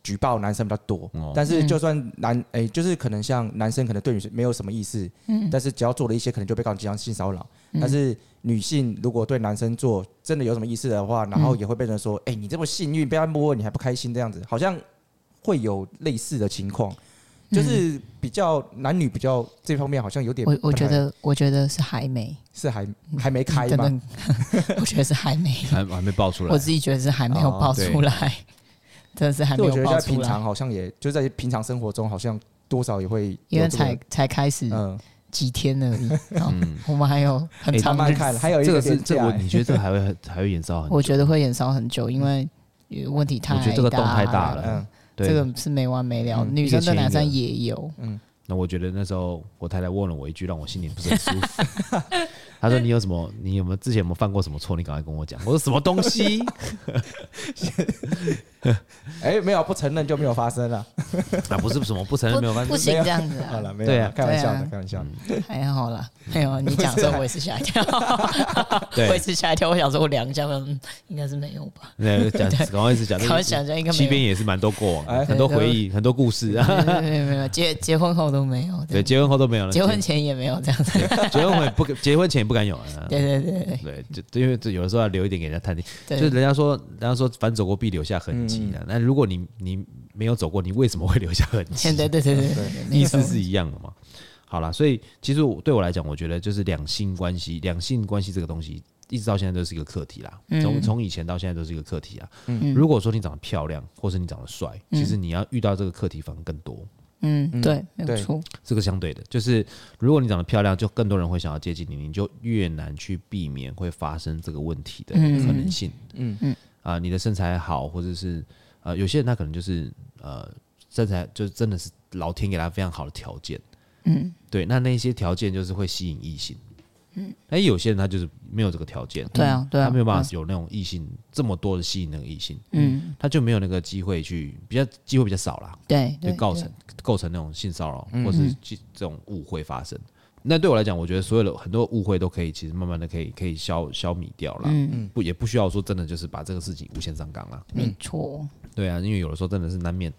[SPEAKER 3] 举报男生比较多，
[SPEAKER 1] 哦
[SPEAKER 3] 但是
[SPEAKER 2] 嗯
[SPEAKER 3] 就算男哎、就是可能像男生可能对女生没有什么意思，
[SPEAKER 2] 嗯
[SPEAKER 3] 但是只要做了一些可能就被告这样性骚扰。
[SPEAKER 2] 嗯
[SPEAKER 3] 但是女性如果对男生做真的有什么意思的话，
[SPEAKER 2] 嗯
[SPEAKER 3] 然后也会被人说，哎、你这么幸运被他摸，你还不开心这样子，好像会有类似的情况。就是比较男女比较这方面好像有点不
[SPEAKER 2] 嗯我
[SPEAKER 3] 太，
[SPEAKER 2] 我觉得我觉得是还没
[SPEAKER 3] 是还还没开
[SPEAKER 2] 嗯真
[SPEAKER 3] 嘛，
[SPEAKER 2] 的， 我觉得是还没，
[SPEAKER 1] 还还没爆出来
[SPEAKER 2] 嗯我，自己觉得是还没有
[SPEAKER 3] 哦
[SPEAKER 2] 爆出来， 真的是还
[SPEAKER 3] 这
[SPEAKER 2] 没
[SPEAKER 3] 我
[SPEAKER 2] 有
[SPEAKER 3] 觉得
[SPEAKER 2] 爆
[SPEAKER 3] 在
[SPEAKER 2] 出
[SPEAKER 3] 平常
[SPEAKER 2] 来，
[SPEAKER 3] 好像也就在平常生活中，好像多少也会
[SPEAKER 2] 因为
[SPEAKER 3] 有这个
[SPEAKER 2] 才才开始
[SPEAKER 3] 嗯，
[SPEAKER 2] 几天 而已，然后
[SPEAKER 1] 嗯
[SPEAKER 2] 我们还有
[SPEAKER 1] 哎
[SPEAKER 2] 很
[SPEAKER 3] 慢
[SPEAKER 2] 长
[SPEAKER 3] 慢
[SPEAKER 2] 日子
[SPEAKER 3] 看，还有一
[SPEAKER 1] 这个是
[SPEAKER 3] 廉
[SPEAKER 1] 这
[SPEAKER 3] 价
[SPEAKER 1] 个我
[SPEAKER 3] 欸
[SPEAKER 1] 你觉得这个还会 还会延烧很久？
[SPEAKER 2] 啊我觉得会延烧很久，因为问题太
[SPEAKER 1] 我觉得这个洞太大了
[SPEAKER 3] 嗯
[SPEAKER 1] 对
[SPEAKER 2] 这个啊是没完没了，
[SPEAKER 3] 嗯
[SPEAKER 2] 女生对男生
[SPEAKER 1] 一个
[SPEAKER 2] 也有，
[SPEAKER 1] 那我觉得那时候我太太问了我一句，让我心里不是很舒服。 她说：“你有什么？你有没有之前有没有犯过什么错？你赶快跟我讲。”我说：“什么东 西
[SPEAKER 3] 哎、没有不承认就没有发生 了。？”
[SPEAKER 1] 啊，不是什么不承认没有
[SPEAKER 2] 不
[SPEAKER 1] 犯
[SPEAKER 2] 不
[SPEAKER 1] 过。
[SPEAKER 2] 行
[SPEAKER 3] 没有
[SPEAKER 2] 这样子啊
[SPEAKER 3] 好，了，没有
[SPEAKER 1] 对
[SPEAKER 3] 啦，
[SPEAKER 1] 啊
[SPEAKER 3] 开玩笑的，
[SPEAKER 2] 对啊
[SPEAKER 3] 开玩笑的。
[SPEAKER 2] 还好啦，没有啊你讲这我也是吓一跳， 我也
[SPEAKER 1] 嗯 对，
[SPEAKER 2] 是吓一跳，我想说我量一下，我想嗯应该是没有吧，
[SPEAKER 1] 那讲赶快一直 讲。
[SPEAKER 2] 开玩笑这样应该没
[SPEAKER 1] 西
[SPEAKER 2] 有
[SPEAKER 1] 边，也是蛮多过往的，
[SPEAKER 3] 哎
[SPEAKER 1] 很多回忆，很多故事。啊
[SPEAKER 2] 没有没有没有没有结结婚后都没有，
[SPEAKER 1] 对，结 婚后都没有了。
[SPEAKER 2] 结婚前也没有这样子，
[SPEAKER 1] 结结婚后也不结婚前也不敢有啊。
[SPEAKER 2] 对对对对
[SPEAKER 1] 对，就因为这有的时候要留一点给人家探听，
[SPEAKER 2] 对，嗯
[SPEAKER 1] 就是人家说，人家说凡走过必留下痕迹的。那如果你你没有走过，你为什么会留下痕 迹？
[SPEAKER 2] 对对对对对，
[SPEAKER 1] 意思是一样的嘛。好啦，所以其实我对我来讲，我觉得就是两性关系，两性关系这个东西，一直到现在都是一个课题啦。
[SPEAKER 2] 嗯
[SPEAKER 1] 从从、以前到现在都是一个课题啊。如果说你长得漂亮，或是你长得帅，其实你要遇到这个课题反而更多。
[SPEAKER 2] 嗯，对，没有
[SPEAKER 3] 对
[SPEAKER 2] 错，
[SPEAKER 1] 这个相对的，就是如果你长得漂亮，就更多人会想要接近你，你就越难去避免会发生这个问题的可能性。嗯嗯啊、你的身材好，或者是呃，有些人他可能就是呃，身材就是真的是老天给他非常好的条件。嗯，对，那那些条件就是会吸引异性。嗯，但有些人他就是没有这个条件，嗯
[SPEAKER 2] 对啊对啊
[SPEAKER 1] 他没有办法有那种异性、这么多的吸引那个异性，
[SPEAKER 2] 嗯，
[SPEAKER 1] 他就没有那个机会去比较机会比较少啦。
[SPEAKER 2] 对
[SPEAKER 1] 就
[SPEAKER 2] 对，
[SPEAKER 1] 构成构成那种性骚扰或是这这种误会发生。那对我来讲，我觉得所有的很多误会都可以，其实慢慢的可以可以消消弭掉啦。
[SPEAKER 2] 嗯
[SPEAKER 1] 不也不需要说真的就是把这个事情无限上纲啦。
[SPEAKER 2] 没错，
[SPEAKER 1] 对啊，因为有的时候真的是难免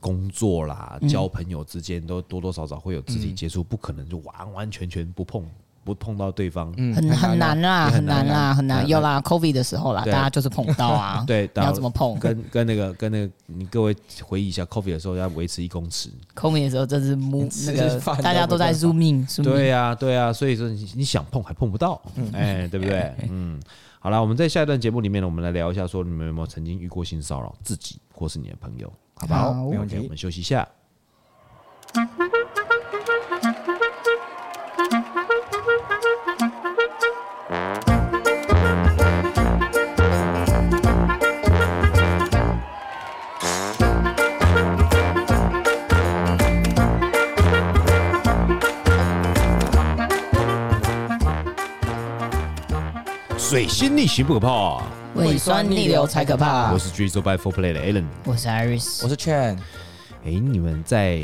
[SPEAKER 1] 工作啦、
[SPEAKER 2] 嗯
[SPEAKER 1] 交朋友之间都多多少少会有肢体接触，不可能就完完全全不碰不碰到对方。
[SPEAKER 3] 嗯
[SPEAKER 2] 很很难啦，
[SPEAKER 1] 也
[SPEAKER 2] 很
[SPEAKER 1] 很难
[SPEAKER 2] 难啦，很
[SPEAKER 1] 很
[SPEAKER 2] 难。
[SPEAKER 1] 难
[SPEAKER 2] 有啦，COVID 的时候啦，
[SPEAKER 1] 对，
[SPEAKER 2] 大家就是碰到啊
[SPEAKER 1] 对，
[SPEAKER 2] 你要怎么碰
[SPEAKER 1] 跟跟那个跟那个，你各位回忆一下，coffee 的时候要维持一公尺，
[SPEAKER 2] ？COVID 的时候真是摸
[SPEAKER 3] 吃
[SPEAKER 2] 那个
[SPEAKER 3] 饭都，
[SPEAKER 2] 大家都在
[SPEAKER 3] 没办法
[SPEAKER 2] zoom in，zoom in，
[SPEAKER 1] 对呀、对呀、所以说你你想碰还碰不到，哎、对不对？嗯，好了，我们在下一段节目里面呢，我们来聊一下，说你们有没有曾经遇过性骚扰，自己或是你的朋友，好不好？
[SPEAKER 2] 好
[SPEAKER 3] 没问题
[SPEAKER 1] OK，我们休息一下。水星逆行不可怕，啊
[SPEAKER 2] 胃酸逆流才可怕
[SPEAKER 1] 我。是 Drizzle by Four Play 的 Alan。
[SPEAKER 2] 我是 Iris，
[SPEAKER 3] 我是劝，
[SPEAKER 1] 哎、你们在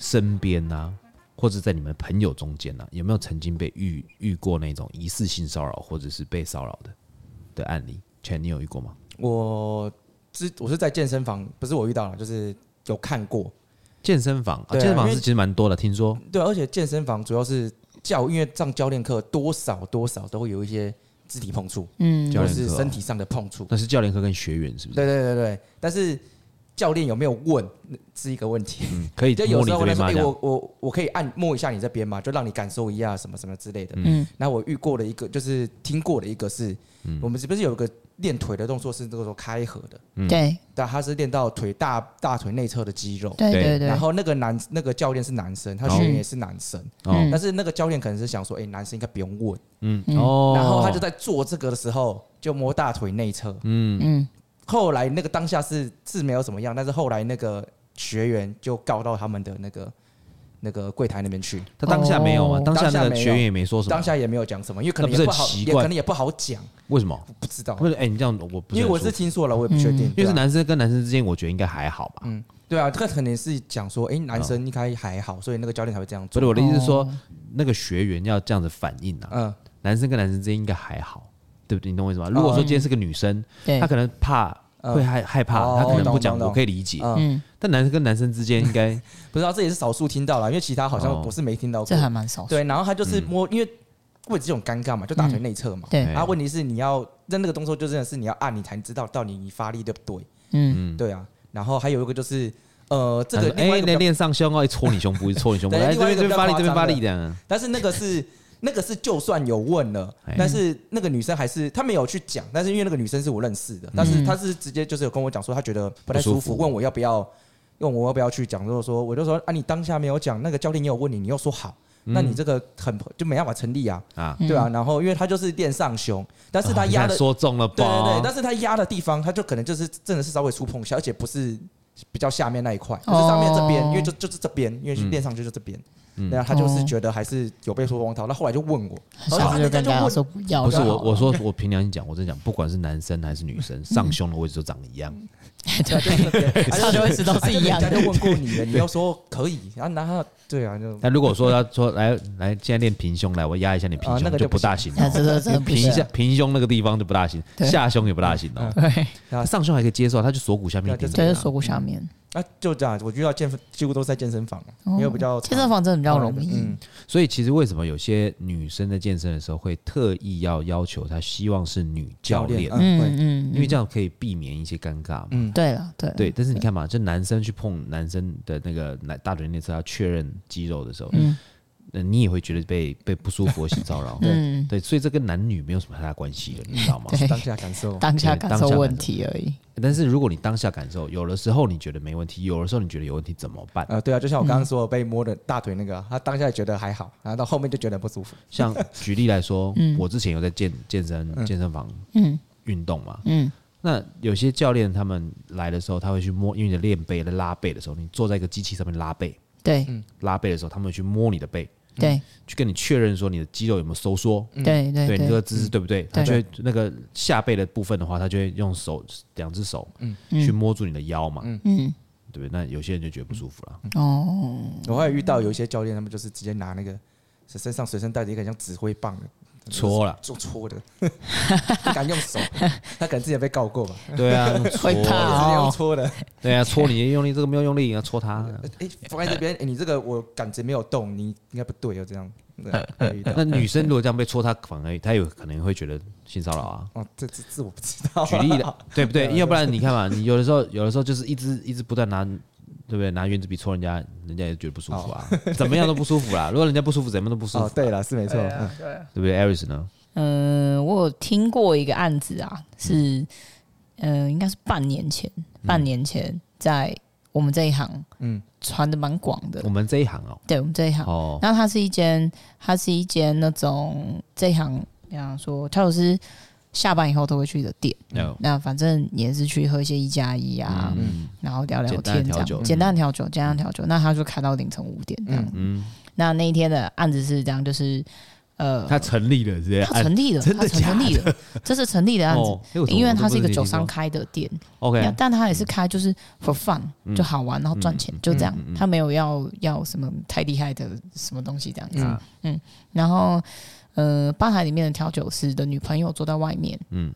[SPEAKER 1] 身边啊，或者在你们朋友中间啊，有没有曾经被遇遇过那种疑似性骚扰或者是被骚扰的的案例？前你有遇过吗？
[SPEAKER 3] 我之我是在健身房，不是我遇到了，就是有看过。
[SPEAKER 1] 健身房，啊、
[SPEAKER 3] 对啊
[SPEAKER 1] 健身房
[SPEAKER 3] 因
[SPEAKER 1] 是
[SPEAKER 3] 为
[SPEAKER 1] 其实蛮多的，听说
[SPEAKER 3] 对，啊而且健身房主要是教，因为上教练课多少多少都会有一些肢体碰触，
[SPEAKER 2] 嗯，
[SPEAKER 1] 教
[SPEAKER 3] 就
[SPEAKER 1] 练课
[SPEAKER 3] 是
[SPEAKER 1] 哦
[SPEAKER 3] 身体上的碰触。
[SPEAKER 1] 那是教练课跟学员是不是？
[SPEAKER 3] 对对对对，但是教练有没有问是一个问题。
[SPEAKER 1] 嗯，可以
[SPEAKER 3] 就有
[SPEAKER 1] 摸
[SPEAKER 3] 时
[SPEAKER 1] 你
[SPEAKER 3] 候
[SPEAKER 1] 这
[SPEAKER 3] 我
[SPEAKER 1] 边
[SPEAKER 3] 就说，
[SPEAKER 1] 吗？
[SPEAKER 3] 哎、
[SPEAKER 1] 这样
[SPEAKER 3] 我我我可以按摸一下你这边嘛，就让你感受一下什么什么之类的。
[SPEAKER 2] 嗯
[SPEAKER 3] 那我遇过的一个，就是听过的一个是，
[SPEAKER 1] 嗯
[SPEAKER 3] 我们是不是有一个练腿的动作是那个时候开合的？
[SPEAKER 2] 对
[SPEAKER 3] 但他是练到腿大大腿内侧的肌肉。
[SPEAKER 2] 对
[SPEAKER 1] 对
[SPEAKER 2] 对对
[SPEAKER 3] 然，后那个男那个教练是男生，他
[SPEAKER 1] 哦
[SPEAKER 3] 学员也是男生，
[SPEAKER 1] 哦，
[SPEAKER 3] 但是那个教练可能是想说，哎、男生应该不用问。
[SPEAKER 1] 嗯
[SPEAKER 2] 嗯
[SPEAKER 1] 哦，
[SPEAKER 3] 然后他就在做这个的时候就摸大腿内侧。
[SPEAKER 1] 嗯
[SPEAKER 2] 嗯，
[SPEAKER 3] 后来那个当下是是没有怎么样，但是后来那个学员就告到他们的那个那个柜台那边去，
[SPEAKER 1] 他当下没有吗？
[SPEAKER 2] 哦
[SPEAKER 1] 当下
[SPEAKER 3] 当下
[SPEAKER 1] 那个
[SPEAKER 3] 没有
[SPEAKER 1] 学员也没说什么
[SPEAKER 3] 当，下也没有讲什么，因为可能
[SPEAKER 1] 那
[SPEAKER 3] 也
[SPEAKER 1] 不是
[SPEAKER 3] 好
[SPEAKER 1] 很，奇
[SPEAKER 3] 也
[SPEAKER 1] 怪
[SPEAKER 3] 可能也不好讲，
[SPEAKER 1] 为什么？
[SPEAKER 3] 不知道
[SPEAKER 1] 不。是，哎、你这样我不
[SPEAKER 3] 哦因为
[SPEAKER 1] 很
[SPEAKER 3] 我是
[SPEAKER 1] 舒服
[SPEAKER 3] 听说了，我也不确定，
[SPEAKER 1] 因为是
[SPEAKER 3] 对啊，
[SPEAKER 1] 男生跟男生之间，我觉得应该还好吧。
[SPEAKER 3] 嗯，对啊，这个肯定是讲说，哎，男生应该还好，所以那个教练才会这样
[SPEAKER 1] 所以。
[SPEAKER 3] 做
[SPEAKER 1] 我的意思是说，
[SPEAKER 2] 哦
[SPEAKER 1] 那个学员要这样子反应啊，
[SPEAKER 3] 嗯，
[SPEAKER 1] 男生跟男生之间应该还好，对不对？你懂我意思吗？如果说今天是个女生，
[SPEAKER 2] 对
[SPEAKER 1] 她，可能怕
[SPEAKER 3] 哦嗯
[SPEAKER 1] 会害害怕，
[SPEAKER 3] 哦
[SPEAKER 1] 她可能不
[SPEAKER 3] 懂
[SPEAKER 1] 讲，
[SPEAKER 3] 懂懂
[SPEAKER 1] 我可以理解。
[SPEAKER 3] 嗯
[SPEAKER 2] 嗯，
[SPEAKER 1] 但男生跟男生之间 应该
[SPEAKER 3] 不知道，这也是少数听到了，因为其他好像
[SPEAKER 1] 哦嗯
[SPEAKER 3] 我是没听到
[SPEAKER 2] 这还
[SPEAKER 3] 过。
[SPEAKER 2] 蛮少数，
[SPEAKER 3] 对，然后他就是摸，因为位置就很尴尬嘛，就大腿内侧嘛。
[SPEAKER 2] 对
[SPEAKER 1] 哎，
[SPEAKER 3] 啊，问题是你要那那个动作就真的是你要按你才知道到底你发力对不对，
[SPEAKER 2] 嗯，
[SPEAKER 3] 对啊。然后还有一个就是呃，这
[SPEAKER 1] 男
[SPEAKER 3] 个
[SPEAKER 1] 生
[SPEAKER 3] 另外
[SPEAKER 1] 哎，
[SPEAKER 3] 一个
[SPEAKER 1] 那
[SPEAKER 3] 比较，
[SPEAKER 1] 练上胸哦，一戳你胸部，一戳你胸部，
[SPEAKER 3] 对
[SPEAKER 1] 哎，这
[SPEAKER 3] 另外
[SPEAKER 1] 边这
[SPEAKER 3] 一
[SPEAKER 1] 边
[SPEAKER 3] 个
[SPEAKER 1] 发力，这
[SPEAKER 3] 比
[SPEAKER 1] 边发
[SPEAKER 3] 较夸张的
[SPEAKER 1] 力这样。啊
[SPEAKER 3] 但是那个是 那个是就算有问了
[SPEAKER 1] 哎，
[SPEAKER 3] 但是那个女生还是她没有去讲，但是因为那个女生是我认识的，但是她是直接就是有跟我讲说她觉得嗯不太
[SPEAKER 1] 不
[SPEAKER 3] 舒
[SPEAKER 1] 舒
[SPEAKER 3] 服，
[SPEAKER 1] 服
[SPEAKER 3] 问我要不要。问我要不要去讲，就是说，我就说啊，你当下没有讲，那个教练也有问你，你又说好，那你这个很就没办法成立啊，
[SPEAKER 1] 啊
[SPEAKER 3] 对啊。然后因为他就是练上胸，但是他
[SPEAKER 1] 哦你
[SPEAKER 3] 压
[SPEAKER 1] 看
[SPEAKER 3] 的
[SPEAKER 1] 说中了吧？
[SPEAKER 3] 对对对，但是他压的地方，他就可能就是真的是稍微触碰一下，而且不是比较下面那一块，就是上面这边，
[SPEAKER 2] 哦
[SPEAKER 3] 因为就就是这边，因为练上去就这边。
[SPEAKER 2] 嗯
[SPEAKER 3] 然后他就是觉得还是有被说风头，那后来就问我，然
[SPEAKER 2] 下
[SPEAKER 3] 后
[SPEAKER 2] 次就
[SPEAKER 3] 人家
[SPEAKER 2] 跟
[SPEAKER 3] 就
[SPEAKER 2] 大家
[SPEAKER 3] 问
[SPEAKER 2] 说不要
[SPEAKER 1] 不
[SPEAKER 2] 就
[SPEAKER 1] 是
[SPEAKER 2] 好了，
[SPEAKER 1] 我， 我说我凭良心讲，我真的讲，不管是男生还是女生，上胸的位置都长一
[SPEAKER 3] 嗯
[SPEAKER 1] 样。
[SPEAKER 3] 对对对 对，
[SPEAKER 2] 他就会知道是一样的
[SPEAKER 3] 啊就人家就问过你了，你又说可以，然后然后对啊，就
[SPEAKER 1] 那如果说要说来来，现在练平胸，来我压一下你平
[SPEAKER 3] 啊那
[SPEAKER 1] 胸
[SPEAKER 3] 个
[SPEAKER 1] 就
[SPEAKER 3] 就
[SPEAKER 1] 不
[SPEAKER 3] 不
[SPEAKER 1] 大行
[SPEAKER 2] 那
[SPEAKER 1] 了，
[SPEAKER 3] 啊
[SPEAKER 2] 这个哎真的不
[SPEAKER 1] 平一
[SPEAKER 2] 行
[SPEAKER 1] 下，平胸那个地方就不大行，
[SPEAKER 2] 对
[SPEAKER 1] 下胸也不大行
[SPEAKER 3] 嗯
[SPEAKER 1] 哦。
[SPEAKER 2] 对，
[SPEAKER 1] 啊上胸还可以接受，他就锁骨下面一点
[SPEAKER 3] 对
[SPEAKER 1] 点。
[SPEAKER 2] 对，就锁骨下面，
[SPEAKER 3] 啊就这样，我遇到健身几乎都是在健身房，啊因为比较
[SPEAKER 2] 健身房真的哦比较容易，
[SPEAKER 3] 嗯
[SPEAKER 1] 所以其实为什么有些女生在健身的时候会特意要要求她希望是女教练，
[SPEAKER 3] 教练
[SPEAKER 2] 嗯
[SPEAKER 3] 会
[SPEAKER 2] 嗯，
[SPEAKER 1] 因为
[SPEAKER 2] 嗯
[SPEAKER 1] 这样可以避免一些尴尬嘛。
[SPEAKER 3] 嗯，
[SPEAKER 2] 对了，对了
[SPEAKER 1] 对，，但是你看嘛，就男生去碰男生的那个奶大腿内侧要确认肌肉的时候，
[SPEAKER 2] 嗯
[SPEAKER 1] 那你也会觉得被被不舒服、性骚扰。
[SPEAKER 2] 嗯，
[SPEAKER 1] 对，所以这跟男女没有什么太大关系的，你知道吗？
[SPEAKER 2] 对
[SPEAKER 3] 当下感受，
[SPEAKER 2] 当下
[SPEAKER 1] 对
[SPEAKER 2] 感
[SPEAKER 1] 当
[SPEAKER 2] 受
[SPEAKER 1] 下
[SPEAKER 2] 问
[SPEAKER 1] 感受
[SPEAKER 2] 题而已，
[SPEAKER 1] 但是如果你当下感受，有的时候你觉得没问题，有的时候你觉得有问题，怎么办？
[SPEAKER 3] 呃，对啊，就像我刚
[SPEAKER 2] 嗯
[SPEAKER 3] 刚说的被摸的大腿那个啊，他当下觉得还好，然后到后面就觉得不舒服。
[SPEAKER 1] 像举例来说，我之前有在健健身健身房
[SPEAKER 2] 嗯
[SPEAKER 1] 运动嘛，
[SPEAKER 2] 嗯，
[SPEAKER 1] 那有些教练他们来的时候，他会去摸，因为你练背、在拉背的时候，你坐在一个机器上面拉背，
[SPEAKER 2] 对
[SPEAKER 1] 拉背的时候，他们会去摸你的背，
[SPEAKER 2] 对
[SPEAKER 1] 去跟你确认说你的肌肉有没有收缩，
[SPEAKER 2] 对对嗯
[SPEAKER 1] 对你
[SPEAKER 2] 对
[SPEAKER 1] 这个姿势对不对？他就会那个下背的部分的话，他就会用手两只手去摸住你的腰嘛，
[SPEAKER 2] 嗯
[SPEAKER 1] 对不对？那有些人就觉得不舒服了，
[SPEAKER 2] 哦，
[SPEAKER 3] 我还有遇到有一些教练，他们就是直接拿那个身上随身带着一个像指挥棒的
[SPEAKER 1] 搓了，
[SPEAKER 3] 做搓的， 不敢用手，他可能之前被告过吧，
[SPEAKER 1] 对啊，用搓
[SPEAKER 2] 会怕
[SPEAKER 3] 直接用搓的。
[SPEAKER 1] 对啊，搓你用力，这个没有用力，要搓他。
[SPEAKER 3] 哎，放在这边，哎，你这个我感觉没有动，你应该不对哦，这样。对我有遇到
[SPEAKER 1] 那女生如果这样被戳，她反而她有可能会觉得性骚扰啊。
[SPEAKER 3] 哦，这这这我不知
[SPEAKER 2] 哦
[SPEAKER 3] 道。啊
[SPEAKER 1] 举例 的，对
[SPEAKER 2] 啊
[SPEAKER 1] 不对？要不然你看嘛，你有的时候有的时候就是一直一直不断拿，对不对？拿圆珠笔戳人家，人家也觉得不舒服啊，
[SPEAKER 2] 哦
[SPEAKER 1] 怎么样都不舒 服啦。如果人家不舒服，怎么样都不舒服
[SPEAKER 3] 哦，，对了，是没错，嗯
[SPEAKER 1] 对不对？Aris 啊呢？
[SPEAKER 2] 嗯，我有听过一个案子啊，是，嗯，应该是半年前，半年前在我们这一行，嗯
[SPEAKER 3] 嗯，
[SPEAKER 2] 传的蛮广的
[SPEAKER 1] 我，们这一行哦，
[SPEAKER 2] 对我们这一行。
[SPEAKER 1] 哦，
[SPEAKER 2] 然后它是一间，它是一间那种这一行，比方说调酒师下班以后都会去的店。
[SPEAKER 1] no，
[SPEAKER 2] 那反正你也是去喝一些一加一啊，
[SPEAKER 1] 嗯
[SPEAKER 2] 然后聊聊
[SPEAKER 1] 简单的
[SPEAKER 2] 天这
[SPEAKER 1] 调酒
[SPEAKER 2] 样，简单调酒，简单调酒。那他就开到凌晨五点这样。
[SPEAKER 1] 嗯
[SPEAKER 2] 那那一天的案子是这样，就是呃，
[SPEAKER 1] 他成立了，直接
[SPEAKER 2] 它成立了，
[SPEAKER 1] 真的
[SPEAKER 2] 它成成立了， 这是成立的案子，
[SPEAKER 1] 哦哎我怎么
[SPEAKER 2] 因为
[SPEAKER 1] 我都
[SPEAKER 2] 它
[SPEAKER 1] 不
[SPEAKER 2] 是一个
[SPEAKER 1] 是
[SPEAKER 2] 酒
[SPEAKER 1] 听
[SPEAKER 2] 商
[SPEAKER 1] 过
[SPEAKER 2] 开的店，
[SPEAKER 1] OK，
[SPEAKER 2] 但它也是开就是 for fun 就好玩，然后赚钱，就这样，它没有要要什么太厉害的什么东西这样子。嗯
[SPEAKER 1] 啊
[SPEAKER 2] 然后，呃，吧台里面的调酒师的女朋友坐在外面，
[SPEAKER 1] 嗯
[SPEAKER 2] 嗯，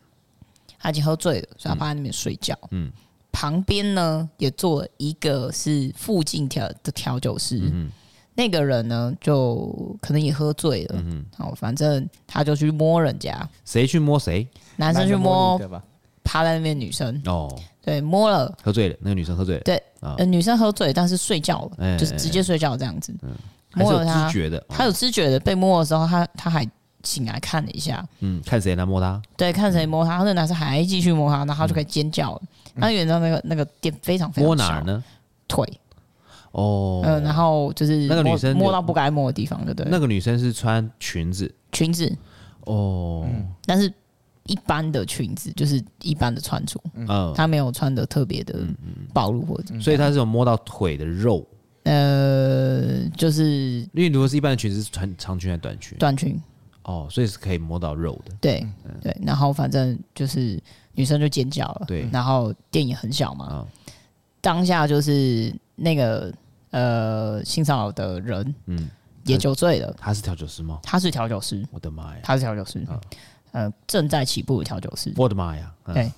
[SPEAKER 2] 她已经喝醉了，所以她趴在那边睡觉，
[SPEAKER 1] 嗯
[SPEAKER 2] 嗯。旁边呢也坐了一个是附近调的调酒师，
[SPEAKER 1] 嗯
[SPEAKER 2] 那个人呢就可能也喝醉了，
[SPEAKER 1] 嗯，
[SPEAKER 2] 好，反正他就去摸人家，
[SPEAKER 1] 谁去摸谁？
[SPEAKER 2] 男生去
[SPEAKER 3] 摸
[SPEAKER 2] 摸
[SPEAKER 3] 你的吧，
[SPEAKER 2] 趴在那边的女生，
[SPEAKER 1] 哦，
[SPEAKER 2] 对，摸了，
[SPEAKER 1] 喝醉了，那个女生喝醉了，
[SPEAKER 2] 对
[SPEAKER 1] 啊，
[SPEAKER 2] 呃，女生喝醉，但是睡觉了，
[SPEAKER 1] 哎嗯
[SPEAKER 2] 就是直接睡觉这样子。
[SPEAKER 1] 还是
[SPEAKER 2] 摸
[SPEAKER 1] 有
[SPEAKER 2] 了她
[SPEAKER 1] 知觉的，哦
[SPEAKER 2] 她有知觉的，被摸的时候，她她还醒来看了一下，
[SPEAKER 1] 嗯，看谁来摸她，
[SPEAKER 2] 对，看
[SPEAKER 1] 嗯
[SPEAKER 2] 谁摸她，那男生还继续摸她，然后她就开始尖叫了。那原来那个那个店非常非常
[SPEAKER 1] 摸哪
[SPEAKER 2] 小
[SPEAKER 1] 儿？呢？
[SPEAKER 2] 腿，
[SPEAKER 1] 哦，
[SPEAKER 2] 嗯，然后就是
[SPEAKER 1] 那个女
[SPEAKER 2] 摸
[SPEAKER 1] 生有
[SPEAKER 2] 摸到不该摸的地方，对不对？
[SPEAKER 1] 那个女生是穿裙子，
[SPEAKER 2] 裙子，
[SPEAKER 1] 哦，
[SPEAKER 2] 但是一般的裙子，就是一般的穿着，
[SPEAKER 1] 嗯，
[SPEAKER 2] 她没有穿的特别的暴露或者
[SPEAKER 1] 所以她是有摸到腿的肉，
[SPEAKER 2] 呃，就是
[SPEAKER 1] 因为如果是一般的裙子是穿长裙还是短裙？
[SPEAKER 2] 短裙，
[SPEAKER 1] 哦，所以是可以摸到肉的，
[SPEAKER 2] 对
[SPEAKER 1] 嗯
[SPEAKER 2] 对，然后反正就是女生就尖叫了，
[SPEAKER 1] 对
[SPEAKER 2] 然后店也很小嘛，
[SPEAKER 1] 啊，
[SPEAKER 2] 当下就是那个呃性骚扰的人
[SPEAKER 1] 嗯，
[SPEAKER 2] 也酒醉了，
[SPEAKER 1] 她是调酒师吗？
[SPEAKER 2] 他是调酒师，
[SPEAKER 1] 我的妈呀，
[SPEAKER 2] 他是调酒师，呃，正在起步的调酒师，
[SPEAKER 1] 啊我的妈呀，嗯
[SPEAKER 2] 对，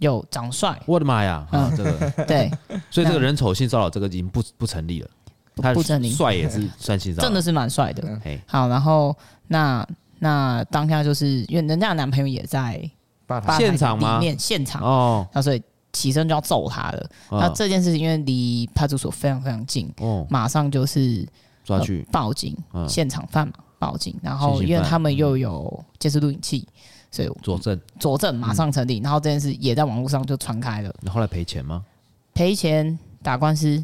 [SPEAKER 2] 有 长帅，
[SPEAKER 1] 我的妈呀，啊，这个。
[SPEAKER 2] 对，
[SPEAKER 1] 所以这个人丑性骚扰这个已经不不成立了，
[SPEAKER 2] 不
[SPEAKER 1] 他
[SPEAKER 2] 不成立
[SPEAKER 1] 帅也是算性骚扰，
[SPEAKER 2] 真的是蛮帅的。
[SPEAKER 1] 嘿，
[SPEAKER 2] 好，然后那那当下就是因为人家的男朋友也在
[SPEAKER 3] 吧
[SPEAKER 2] 吧
[SPEAKER 3] 台
[SPEAKER 2] 台
[SPEAKER 1] 现场吗
[SPEAKER 2] 里面现场，
[SPEAKER 1] 哦，
[SPEAKER 2] 那所以起身就要揍他了。那
[SPEAKER 1] 啊
[SPEAKER 2] 这件事情因为离派出所非常非常近，
[SPEAKER 1] 哦，
[SPEAKER 2] 马上就是
[SPEAKER 1] 抓去
[SPEAKER 2] 呃报警，
[SPEAKER 1] 嗯
[SPEAKER 2] 现场犯嘛报警，然后
[SPEAKER 1] 现行
[SPEAKER 2] 因为
[SPEAKER 1] 犯
[SPEAKER 2] 他们又有监视录影器，所以
[SPEAKER 1] 佐证，
[SPEAKER 2] 佐
[SPEAKER 1] 嗯
[SPEAKER 2] 证马上成立，然后这件事也在网络上就传开了，
[SPEAKER 1] 然后来赔钱吗？
[SPEAKER 2] 赔钱打官司，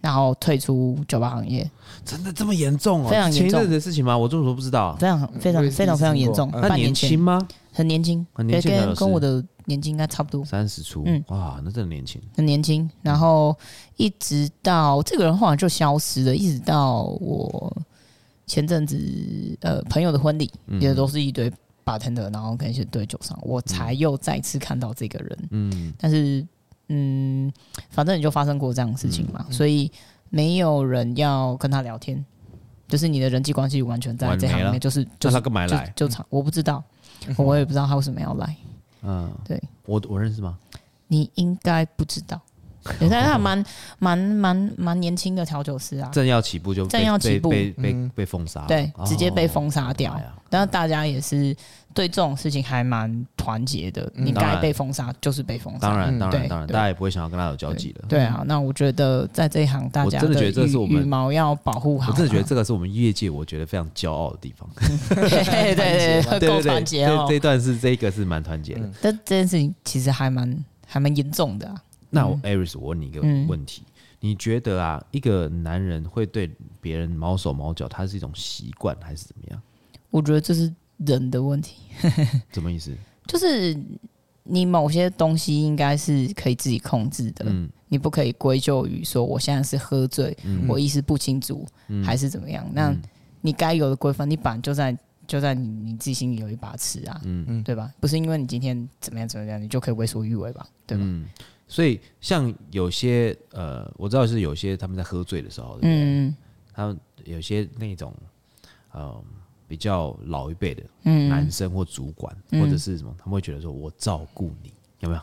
[SPEAKER 2] 然后退出酒吧行业，
[SPEAKER 1] 真的这么严重哦？
[SPEAKER 2] 非常严重
[SPEAKER 1] 前一阵子的事情吗？我这么说不知道，
[SPEAKER 2] 非常非常
[SPEAKER 3] 我也是
[SPEAKER 2] 非常非常严重，
[SPEAKER 3] 听
[SPEAKER 1] 他
[SPEAKER 2] 半
[SPEAKER 1] 年
[SPEAKER 2] 年
[SPEAKER 1] 轻
[SPEAKER 2] 前
[SPEAKER 1] 吗？
[SPEAKER 2] 很年轻，
[SPEAKER 1] 很年轻的
[SPEAKER 2] 对
[SPEAKER 1] 老
[SPEAKER 2] 跟
[SPEAKER 1] 师
[SPEAKER 2] 跟我的年纪应该差不多，
[SPEAKER 1] 三十出
[SPEAKER 2] 嗯，
[SPEAKER 1] 哇，那真的年轻，
[SPEAKER 2] 很年轻，然后一直到这个人后来就消失了，一直到我前阵子呃朋友的婚礼，
[SPEAKER 1] 嗯
[SPEAKER 2] 也都是一堆 bartender，然后跟一些堆酒商，我才又再次看到这个人。
[SPEAKER 1] 嗯，
[SPEAKER 2] 但是嗯，反正也就发生过这样的事情嘛，所以没有人要跟他聊天，就是你的人际关系完全在
[SPEAKER 1] 完
[SPEAKER 2] 这行
[SPEAKER 1] 没
[SPEAKER 2] 里
[SPEAKER 1] 了
[SPEAKER 2] 面，就是
[SPEAKER 1] 那
[SPEAKER 2] 就
[SPEAKER 1] 他
[SPEAKER 2] 是
[SPEAKER 1] 干嘛
[SPEAKER 2] 就
[SPEAKER 1] 来？
[SPEAKER 2] 就场，我不知道，我也不知道他为什么要来。
[SPEAKER 1] 嗯，
[SPEAKER 2] 对，
[SPEAKER 1] 我我认识吗？
[SPEAKER 2] 你应该不知 道，人家还蛮蛮蛮蛮年轻的调酒师啊，
[SPEAKER 1] 正要起步就被
[SPEAKER 2] 正要起步
[SPEAKER 1] 被被被
[SPEAKER 3] 嗯
[SPEAKER 1] 被封杀了，
[SPEAKER 2] 对，
[SPEAKER 1] 哦
[SPEAKER 2] 直接被封杀掉
[SPEAKER 1] 妈呀。
[SPEAKER 2] 但是大家也是对这种事情还蛮团结的，你
[SPEAKER 1] 当
[SPEAKER 2] 该
[SPEAKER 1] 然
[SPEAKER 2] 被封杀就是被封
[SPEAKER 1] 嗯
[SPEAKER 2] 杀。
[SPEAKER 1] 当然
[SPEAKER 3] 嗯
[SPEAKER 1] 当然
[SPEAKER 2] 对
[SPEAKER 1] 当然，
[SPEAKER 2] 对
[SPEAKER 1] 大家也不会想要跟他有交
[SPEAKER 2] 对
[SPEAKER 1] 集了。
[SPEAKER 2] 对啊，那我觉得在这一行，大家
[SPEAKER 1] 我真的觉得这是我
[SPEAKER 2] 羽
[SPEAKER 1] 们
[SPEAKER 2] 羽毛要保护好啊。
[SPEAKER 1] 我真的觉得这个是我们业界我觉得非常骄傲的地 方，
[SPEAKER 2] 对对对
[SPEAKER 1] 对
[SPEAKER 2] 对
[SPEAKER 1] 对
[SPEAKER 2] 够
[SPEAKER 1] 对，
[SPEAKER 2] 团结哦
[SPEAKER 1] 这这。段是这一个是蛮团结的。
[SPEAKER 3] 嗯
[SPEAKER 2] 但这件事情其实还蛮还蛮严重的啊。
[SPEAKER 1] 那我 Iris，我问你一个
[SPEAKER 2] 嗯
[SPEAKER 1] 问题，你觉得啊，一个男人会对别人毛手毛脚，他是一种习惯还是怎么样？
[SPEAKER 2] 我觉得这是人的问题，
[SPEAKER 1] 什么意思？
[SPEAKER 2] 就是你某些东西应该是可以自己控制的，
[SPEAKER 1] 嗯
[SPEAKER 2] 你不可以归咎于说我现在是喝醉，
[SPEAKER 1] 嗯
[SPEAKER 2] 我意识不清楚，还是怎么样？那你该有的规范，你本来就在就在你你自己心里有一把尺啊，
[SPEAKER 1] 嗯
[SPEAKER 3] 嗯
[SPEAKER 2] 对吧？不是因为你今天怎么样怎么样，你就可以为所欲为吧，对吧？
[SPEAKER 1] 嗯，所以像有些呃，我知道是有些他们在喝醉的时候，对不对
[SPEAKER 2] 嗯
[SPEAKER 1] 他们有些那种呃比较老一辈的男
[SPEAKER 2] 嗯，
[SPEAKER 1] 生或主管、
[SPEAKER 2] 嗯
[SPEAKER 1] 或者是什么，他们会觉得说我照顾你，有没有？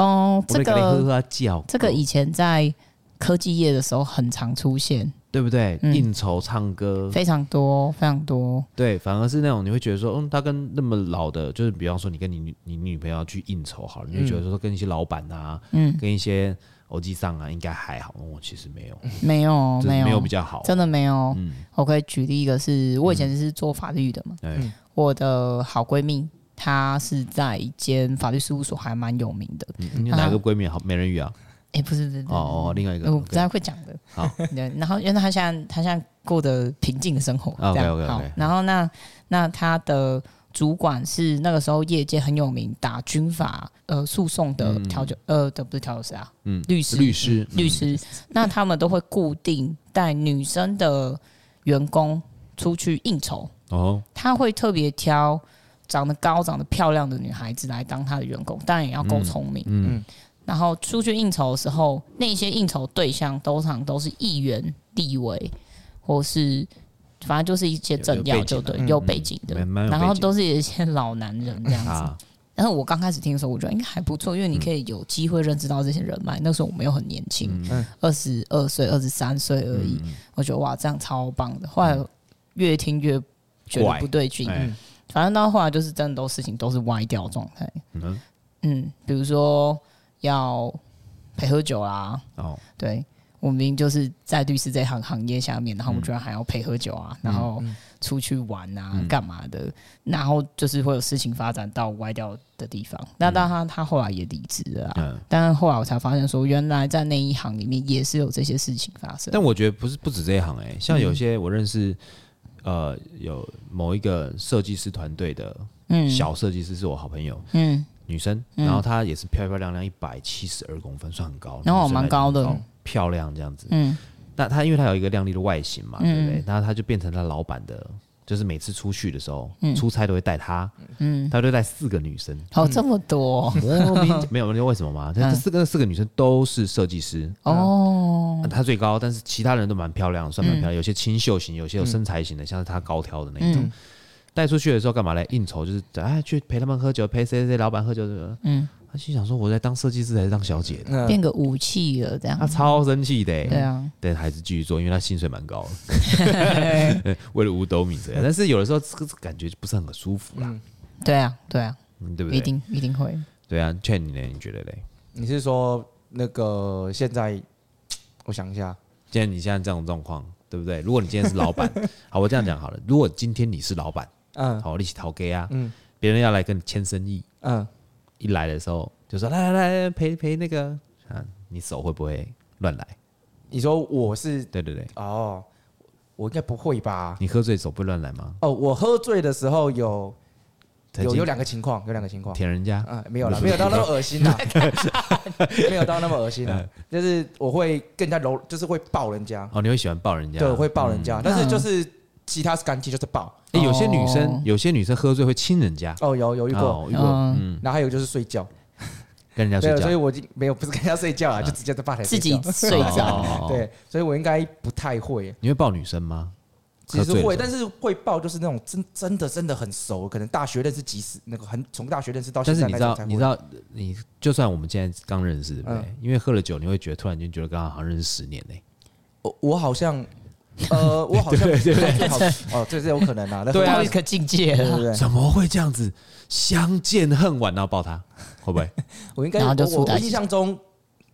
[SPEAKER 2] 哦，
[SPEAKER 1] 我
[SPEAKER 2] 这
[SPEAKER 1] 得给你喝
[SPEAKER 2] 个
[SPEAKER 1] 喝叫，
[SPEAKER 2] 这个以前在科技业的时候很常出现，
[SPEAKER 1] 对不对？
[SPEAKER 2] 嗯
[SPEAKER 1] 应酬、唱歌，
[SPEAKER 2] 非常多非常多，
[SPEAKER 1] 对，反而是那种你会觉得说，嗯，他跟那么老的，就是比方说你跟你女你女朋友去应酬好了，你会觉得说跟一些老板啊，
[SPEAKER 2] 嗯，
[SPEAKER 1] 跟一些欧记上啊，应该还好。我、其实没有，
[SPEAKER 2] 没有
[SPEAKER 1] 就是
[SPEAKER 2] 哦没有
[SPEAKER 1] 没有比较好，
[SPEAKER 2] 真的没哦有。
[SPEAKER 1] 嗯
[SPEAKER 2] 我可以举例一个是，我以前是做法律的嘛，
[SPEAKER 1] 对
[SPEAKER 3] 嗯
[SPEAKER 2] 我的好闺蜜，她是在一间法律事务所还蛮有名的。
[SPEAKER 1] 嗯你哪个闺蜜好？美人鱼啊？
[SPEAKER 2] 哎、不是，不是，不是
[SPEAKER 1] 哦哦，，另外一个
[SPEAKER 2] 呃我不太会讲的。
[SPEAKER 1] 好
[SPEAKER 2] 对，然后因为她现在她现在过得平静的生活，
[SPEAKER 1] 啊
[SPEAKER 2] 这样
[SPEAKER 1] OK，OK，OK
[SPEAKER 2] 好。然后那那她的主管是那个时候业界很有名打军法呃诉讼的调酒、呃的不是调酒师啊，
[SPEAKER 1] 嗯
[SPEAKER 2] 律师
[SPEAKER 1] 律师，嗯
[SPEAKER 2] 律师，那他们都会固定带女生的员工出去应酬。
[SPEAKER 1] 哦，
[SPEAKER 2] 他会特别挑长得高、长得漂亮的女孩子来当他的员工，当然也要够聪明。
[SPEAKER 1] 嗯
[SPEAKER 3] 嗯
[SPEAKER 2] 然后出去应酬的时候，那些应酬对象通常都是议员、立委，或是反正就是一些政要，就对，有背景的，
[SPEAKER 1] 嗯蛮蛮有背景
[SPEAKER 2] 然后都是一些老男人这 样子。
[SPEAKER 1] 啊，
[SPEAKER 2] 然后我刚开始听的时候，我觉得应该还不错，因为你可以有机会认识到这些人脉。那时候我们又很年轻
[SPEAKER 3] 嗯，
[SPEAKER 2] 二十二岁、二十三岁而
[SPEAKER 1] 嗯
[SPEAKER 2] 已，我觉得哇，这样超棒的。后来越听越觉得
[SPEAKER 1] 怪
[SPEAKER 2] 不对劲，
[SPEAKER 3] 嗯
[SPEAKER 1] 哎，
[SPEAKER 2] 反正到后来就是真的都事情都是歪掉的状态。
[SPEAKER 1] 嗯
[SPEAKER 2] 嗯，比如说要陪喝酒啦，
[SPEAKER 1] 哦，
[SPEAKER 2] 对我明明就是在律师这行行业下面，然后我们居然还要陪喝酒
[SPEAKER 1] 嗯
[SPEAKER 2] 啊，然后出去玩啊，干嘛的，然后就是会有事情发展到歪掉的地方。那当然他，他后来也离职了啊。
[SPEAKER 1] 嗯，
[SPEAKER 2] 但后来我才发现说原来在那一行里面也是有这些事情发生。
[SPEAKER 1] 但我觉得不是不止这一行哎、像有些我认
[SPEAKER 2] 嗯
[SPEAKER 1] 识，呃，有某一个设计师团队的
[SPEAKER 2] 嗯
[SPEAKER 1] 小设计师是我好朋友，
[SPEAKER 2] 嗯，
[SPEAKER 1] 女生，然后她也是漂漂亮亮，一百七十二公分，算很高，
[SPEAKER 2] 然后
[SPEAKER 1] 女生
[SPEAKER 2] 蛮
[SPEAKER 1] 来
[SPEAKER 2] 高的
[SPEAKER 1] 讲很，漂亮这样子。
[SPEAKER 2] 嗯
[SPEAKER 1] 那她因为她有一个靓丽的外形嘛，对不对
[SPEAKER 2] 嗯？
[SPEAKER 1] 那她就变成她老板的，就是每次出去的时候，出差都会带她，
[SPEAKER 2] 嗯，
[SPEAKER 1] 她就带四个女生。
[SPEAKER 2] 好、这么多
[SPEAKER 1] 莫名其没有，你知道为什么吗？她
[SPEAKER 2] 嗯
[SPEAKER 1] 这四个四个女生都是设计师，啊
[SPEAKER 2] 哦，
[SPEAKER 1] 她最高，但是其他人都蛮漂亮，算蛮漂亮，有些清秀型，有些有身材型的，像是她高挑的那一种
[SPEAKER 2] 嗯。
[SPEAKER 1] 带出去的时候干嘛嘞？应酬就是哎，去陪他们喝酒，陪谁谁谁老板喝酒。
[SPEAKER 2] 嗯，
[SPEAKER 1] 她心想说：“我在当设计师还是当小姐呢？”
[SPEAKER 3] 那
[SPEAKER 2] 变个武器了这样
[SPEAKER 1] 他。超生气的、欸，
[SPEAKER 2] 嗯对啊，
[SPEAKER 1] 但还是继续做，因为他薪水蛮高 的，为了五斗米折腰。但是有的时候这个感觉就不是很舒服啦，
[SPEAKER 2] 对啊，对啊，
[SPEAKER 1] 嗯对不对？
[SPEAKER 2] 一定一定会。
[SPEAKER 1] 对啊，劝你呢，你觉得嘞？
[SPEAKER 3] 你是说那个现在？我想一下，
[SPEAKER 1] 既然你现在这种状况，对不对？如果你今天是老板， 好，我这样讲好了，如果今天你是老板，
[SPEAKER 3] 嗯
[SPEAKER 1] 好，一起逃给啊，
[SPEAKER 3] 嗯
[SPEAKER 1] 别人要来跟你签生意，
[SPEAKER 3] 嗯，
[SPEAKER 1] 一来的时候就说来来来陪陪那个，啊，你手会不会乱来？
[SPEAKER 3] 你说我是
[SPEAKER 1] 对对对，
[SPEAKER 3] 哦，我应该不会吧？
[SPEAKER 1] 你喝醉手不会乱来吗？
[SPEAKER 3] 哦，我喝醉的时候有
[SPEAKER 1] 曾
[SPEAKER 3] 有
[SPEAKER 1] 经
[SPEAKER 3] 有两个情况，有两个情况，
[SPEAKER 1] 舔人家，
[SPEAKER 3] 啊，没有啦，没有到那么恶心 啦，没有到那么恶心啦，就是我会更加柔，就是会抱人家，
[SPEAKER 1] 哦，你会喜欢抱人家？
[SPEAKER 3] 对，我会抱人家，但是
[SPEAKER 2] 嗯
[SPEAKER 3] 就是其他是干净，就是抱。
[SPEAKER 1] 欸有些女
[SPEAKER 2] 哦
[SPEAKER 1] 生，有些女生喝醉会亲人家，
[SPEAKER 3] 哦，有有遇过，
[SPEAKER 1] 哦遇过，
[SPEAKER 2] 嗯
[SPEAKER 1] 嗯，
[SPEAKER 3] 然后还有就是睡觉，
[SPEAKER 1] 跟人家
[SPEAKER 3] 对
[SPEAKER 1] 睡
[SPEAKER 3] 啊，所以
[SPEAKER 1] 觉，
[SPEAKER 3] 我已经没有不是跟人家睡觉啊，就直接在吧台
[SPEAKER 2] 自
[SPEAKER 3] 睡
[SPEAKER 2] 己
[SPEAKER 3] 觉
[SPEAKER 2] 睡着。
[SPEAKER 1] 哦，
[SPEAKER 3] 对，所以我应该不太会，
[SPEAKER 1] 你会抱女生吗？
[SPEAKER 3] 其
[SPEAKER 1] 喝
[SPEAKER 3] 实
[SPEAKER 1] 醉的
[SPEAKER 3] 会，
[SPEAKER 1] 时候
[SPEAKER 3] 但是会抱就是那种真真的真的很熟，可能大学认识几十，那个很从大学认识到现
[SPEAKER 1] 但是
[SPEAKER 3] 在
[SPEAKER 1] 你
[SPEAKER 3] 那
[SPEAKER 1] 知
[SPEAKER 3] 种
[SPEAKER 1] 道
[SPEAKER 3] 才，
[SPEAKER 1] 你知
[SPEAKER 3] 会。嗯
[SPEAKER 1] 道，你就算我们现在刚认识，对不对？因为喝了酒，你会觉得突然间觉得刚刚好像认识十年呢。
[SPEAKER 3] 我我好像， 呃，我好像对对哦，这是有可能啊，那
[SPEAKER 1] 对啊
[SPEAKER 2] 到一个境界
[SPEAKER 3] 对
[SPEAKER 2] 了
[SPEAKER 3] 对。对，
[SPEAKER 1] 怎么会这样子？相见恨晚，然后抱他，会 不会？
[SPEAKER 3] 我应该
[SPEAKER 2] 然后就
[SPEAKER 3] 我
[SPEAKER 2] 住在
[SPEAKER 3] 我
[SPEAKER 2] 一起
[SPEAKER 3] 印象中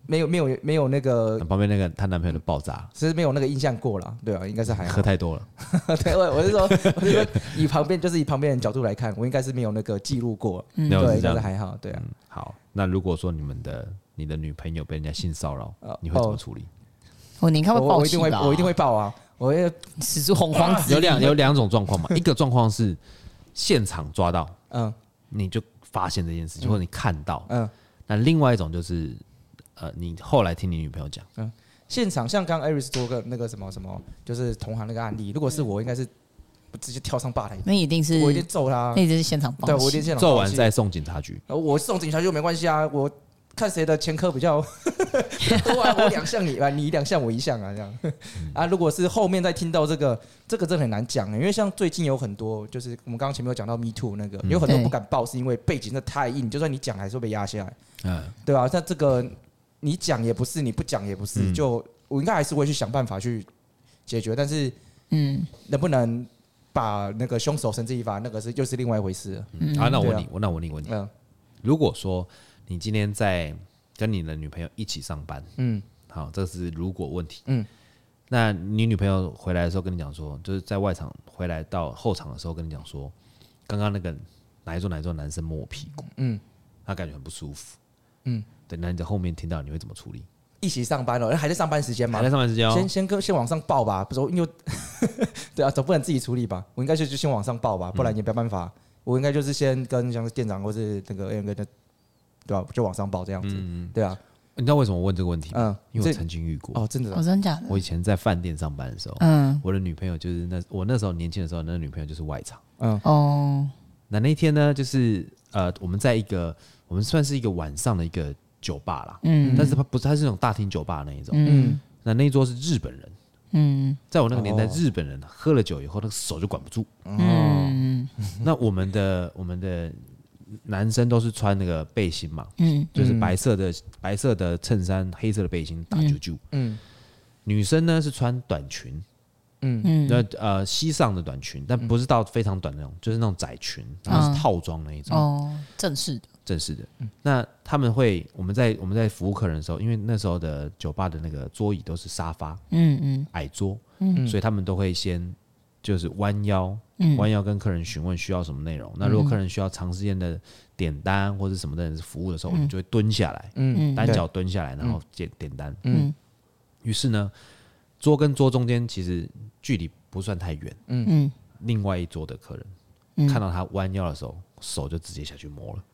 [SPEAKER 3] 没有没有没有那个，
[SPEAKER 1] 旁边那个她男朋友的爆炸，
[SPEAKER 3] 其实没有那个印象过了，对啊，应该是还好
[SPEAKER 1] 喝。太多了，
[SPEAKER 3] 对，我我是说，我是说以旁边就是以旁边人角度来看，我应该是没有那个记录过，
[SPEAKER 2] 嗯
[SPEAKER 1] 没有
[SPEAKER 3] 对，
[SPEAKER 1] 是
[SPEAKER 3] 应
[SPEAKER 1] 这
[SPEAKER 3] 该是
[SPEAKER 1] 样。
[SPEAKER 3] 还好，对啊
[SPEAKER 1] 嗯。，好。那如果说你们的你的女朋友被人家性骚扰
[SPEAKER 3] 哦，
[SPEAKER 1] 你会怎么处理？
[SPEAKER 2] 我你看会
[SPEAKER 3] 我
[SPEAKER 2] 报
[SPEAKER 3] 我一定会，我一定会报啊！我也
[SPEAKER 2] 使出洪
[SPEAKER 3] 啊
[SPEAKER 2] 荒 之
[SPEAKER 1] 有
[SPEAKER 2] 力。
[SPEAKER 1] 两有两种状况嘛，一个状况是现场抓到，
[SPEAKER 3] 嗯
[SPEAKER 1] 你就发现这件事情，或者你看到。
[SPEAKER 3] 嗯，
[SPEAKER 1] 那另外一种就是，呃，你后来听你女朋友讲，
[SPEAKER 3] 现场像刚艾瑞斯说个那个什么什么，就是同行那个案例，如果是我，应该是直接跳上吧台，
[SPEAKER 2] 那一定是，
[SPEAKER 3] 我一定揍他
[SPEAKER 2] 那，一定是现场报。
[SPEAKER 3] 对我一定现场
[SPEAKER 1] 做
[SPEAKER 3] 报
[SPEAKER 1] 完
[SPEAKER 3] 警
[SPEAKER 1] 再送警察局。
[SPEAKER 3] 呃我送警察就没关系啊，我看谁的前科 比较多啊，我两项你啊，你两项我一项啊，这样
[SPEAKER 1] 嗯
[SPEAKER 3] 啊。如果是后面再听到这个，这个真的很难讲欸，因为像最近有很多，就是我们刚刚前面有讲到 Me Too 那个，
[SPEAKER 1] 嗯
[SPEAKER 3] 有很多
[SPEAKER 2] 对
[SPEAKER 3] 不敢报，是因为背景真的太硬，就算你讲还是会被压下来，
[SPEAKER 1] 嗯，
[SPEAKER 3] 对吧、啊？像这个你讲也不是，你不讲也不是，
[SPEAKER 1] 嗯
[SPEAKER 3] 就我应该还是会去想办法去解决，但是
[SPEAKER 2] 嗯
[SPEAKER 3] 能不能把那个凶手绳之以法，那个是又是另外一回事了。
[SPEAKER 2] 嗯
[SPEAKER 1] 啊，那我问
[SPEAKER 3] 对
[SPEAKER 1] 你，我那我问你问你，
[SPEAKER 3] 嗯
[SPEAKER 1] 如果说你今天在跟你的女朋友一起上班，
[SPEAKER 3] 嗯
[SPEAKER 1] 好，这是如果问题，
[SPEAKER 3] 嗯
[SPEAKER 1] 嗯，那你女朋友回来的时候跟你讲说，就是在外场回来到后场的时候跟你讲说，刚刚那个哪一座哪一座男生摸我屁股，
[SPEAKER 3] 嗯，
[SPEAKER 1] 他感觉很不舒服，
[SPEAKER 3] 嗯
[SPEAKER 1] 嗯，对，那你在后面听到你会怎么处理？
[SPEAKER 3] 一起上班哦了，还在上班时间吗
[SPEAKER 1] 还？在上班时间哦
[SPEAKER 3] 先，先跟先往上报吧，不是因为 对啊，总不能自己处理吧？我应该就就先往上报
[SPEAKER 1] 嗯
[SPEAKER 3] 吧，不然也没办法。我应该就是先跟像是店长或是那个 A M 跟的，对吧、就往上报这样子，对啊，
[SPEAKER 1] 而你知道为什么我问这个问题吗？
[SPEAKER 3] 嗯，
[SPEAKER 1] 嗯因为我
[SPEAKER 3] 这
[SPEAKER 1] 曾经遇过。
[SPEAKER 3] 哦，真的
[SPEAKER 2] 哦，真假
[SPEAKER 1] 我
[SPEAKER 2] 的？
[SPEAKER 1] 以前在饭店上班的时候，
[SPEAKER 2] 嗯，
[SPEAKER 1] 我的女朋友就是那我那时候年轻的时候，那个女朋友就是外场。
[SPEAKER 2] 哦，
[SPEAKER 1] 那那天呢，就是呃，我们在一个我们算是一个晚上的一个酒吧啦，
[SPEAKER 2] 嗯
[SPEAKER 1] 但是它不是它是那种大厅酒吧那一种。
[SPEAKER 2] 嗯
[SPEAKER 1] 那那一桌是日本人，
[SPEAKER 2] 嗯
[SPEAKER 1] 在我那个年代，
[SPEAKER 3] 哦
[SPEAKER 1] 日本人喝了酒以后，那个手就管不住。
[SPEAKER 2] 嗯
[SPEAKER 1] 那我们的我们的男生都是穿那个背心嘛，
[SPEAKER 2] 嗯
[SPEAKER 1] 就是
[SPEAKER 3] 嗯
[SPEAKER 1] 白色的、白色的衬衫，黑色的背心打啾啾。
[SPEAKER 3] 嗯
[SPEAKER 1] 女生呢是穿短裙，
[SPEAKER 3] 嗯
[SPEAKER 2] 嗯，
[SPEAKER 1] 那呃膝上的短裙，但不是到非常短的那种，就是那种窄裙，然后
[SPEAKER 2] 嗯
[SPEAKER 1] 是套装那一种。
[SPEAKER 2] 哦，正式的，
[SPEAKER 1] 正式的。那他们会，我们在我们在服务客人的时候，因为那时候的酒吧的那个桌椅都是沙发
[SPEAKER 2] 嗯嗯
[SPEAKER 1] 矮桌，所以他们都会先就是弯腰，
[SPEAKER 2] 嗯
[SPEAKER 1] 弯腰跟客人询问需要什么内容。那如果客人需要长时间的点单或者什么的服务的时候，我们就会蹲下来，
[SPEAKER 3] 嗯
[SPEAKER 1] 单脚蹲下来，然后点点单。
[SPEAKER 2] 嗯
[SPEAKER 1] 于是呢，桌跟桌中间其实距离不算太远，
[SPEAKER 2] 嗯
[SPEAKER 1] 另外一桌的客人、
[SPEAKER 2] 嗯，
[SPEAKER 1] 看到他弯腰的时候，手就直接下去摸了。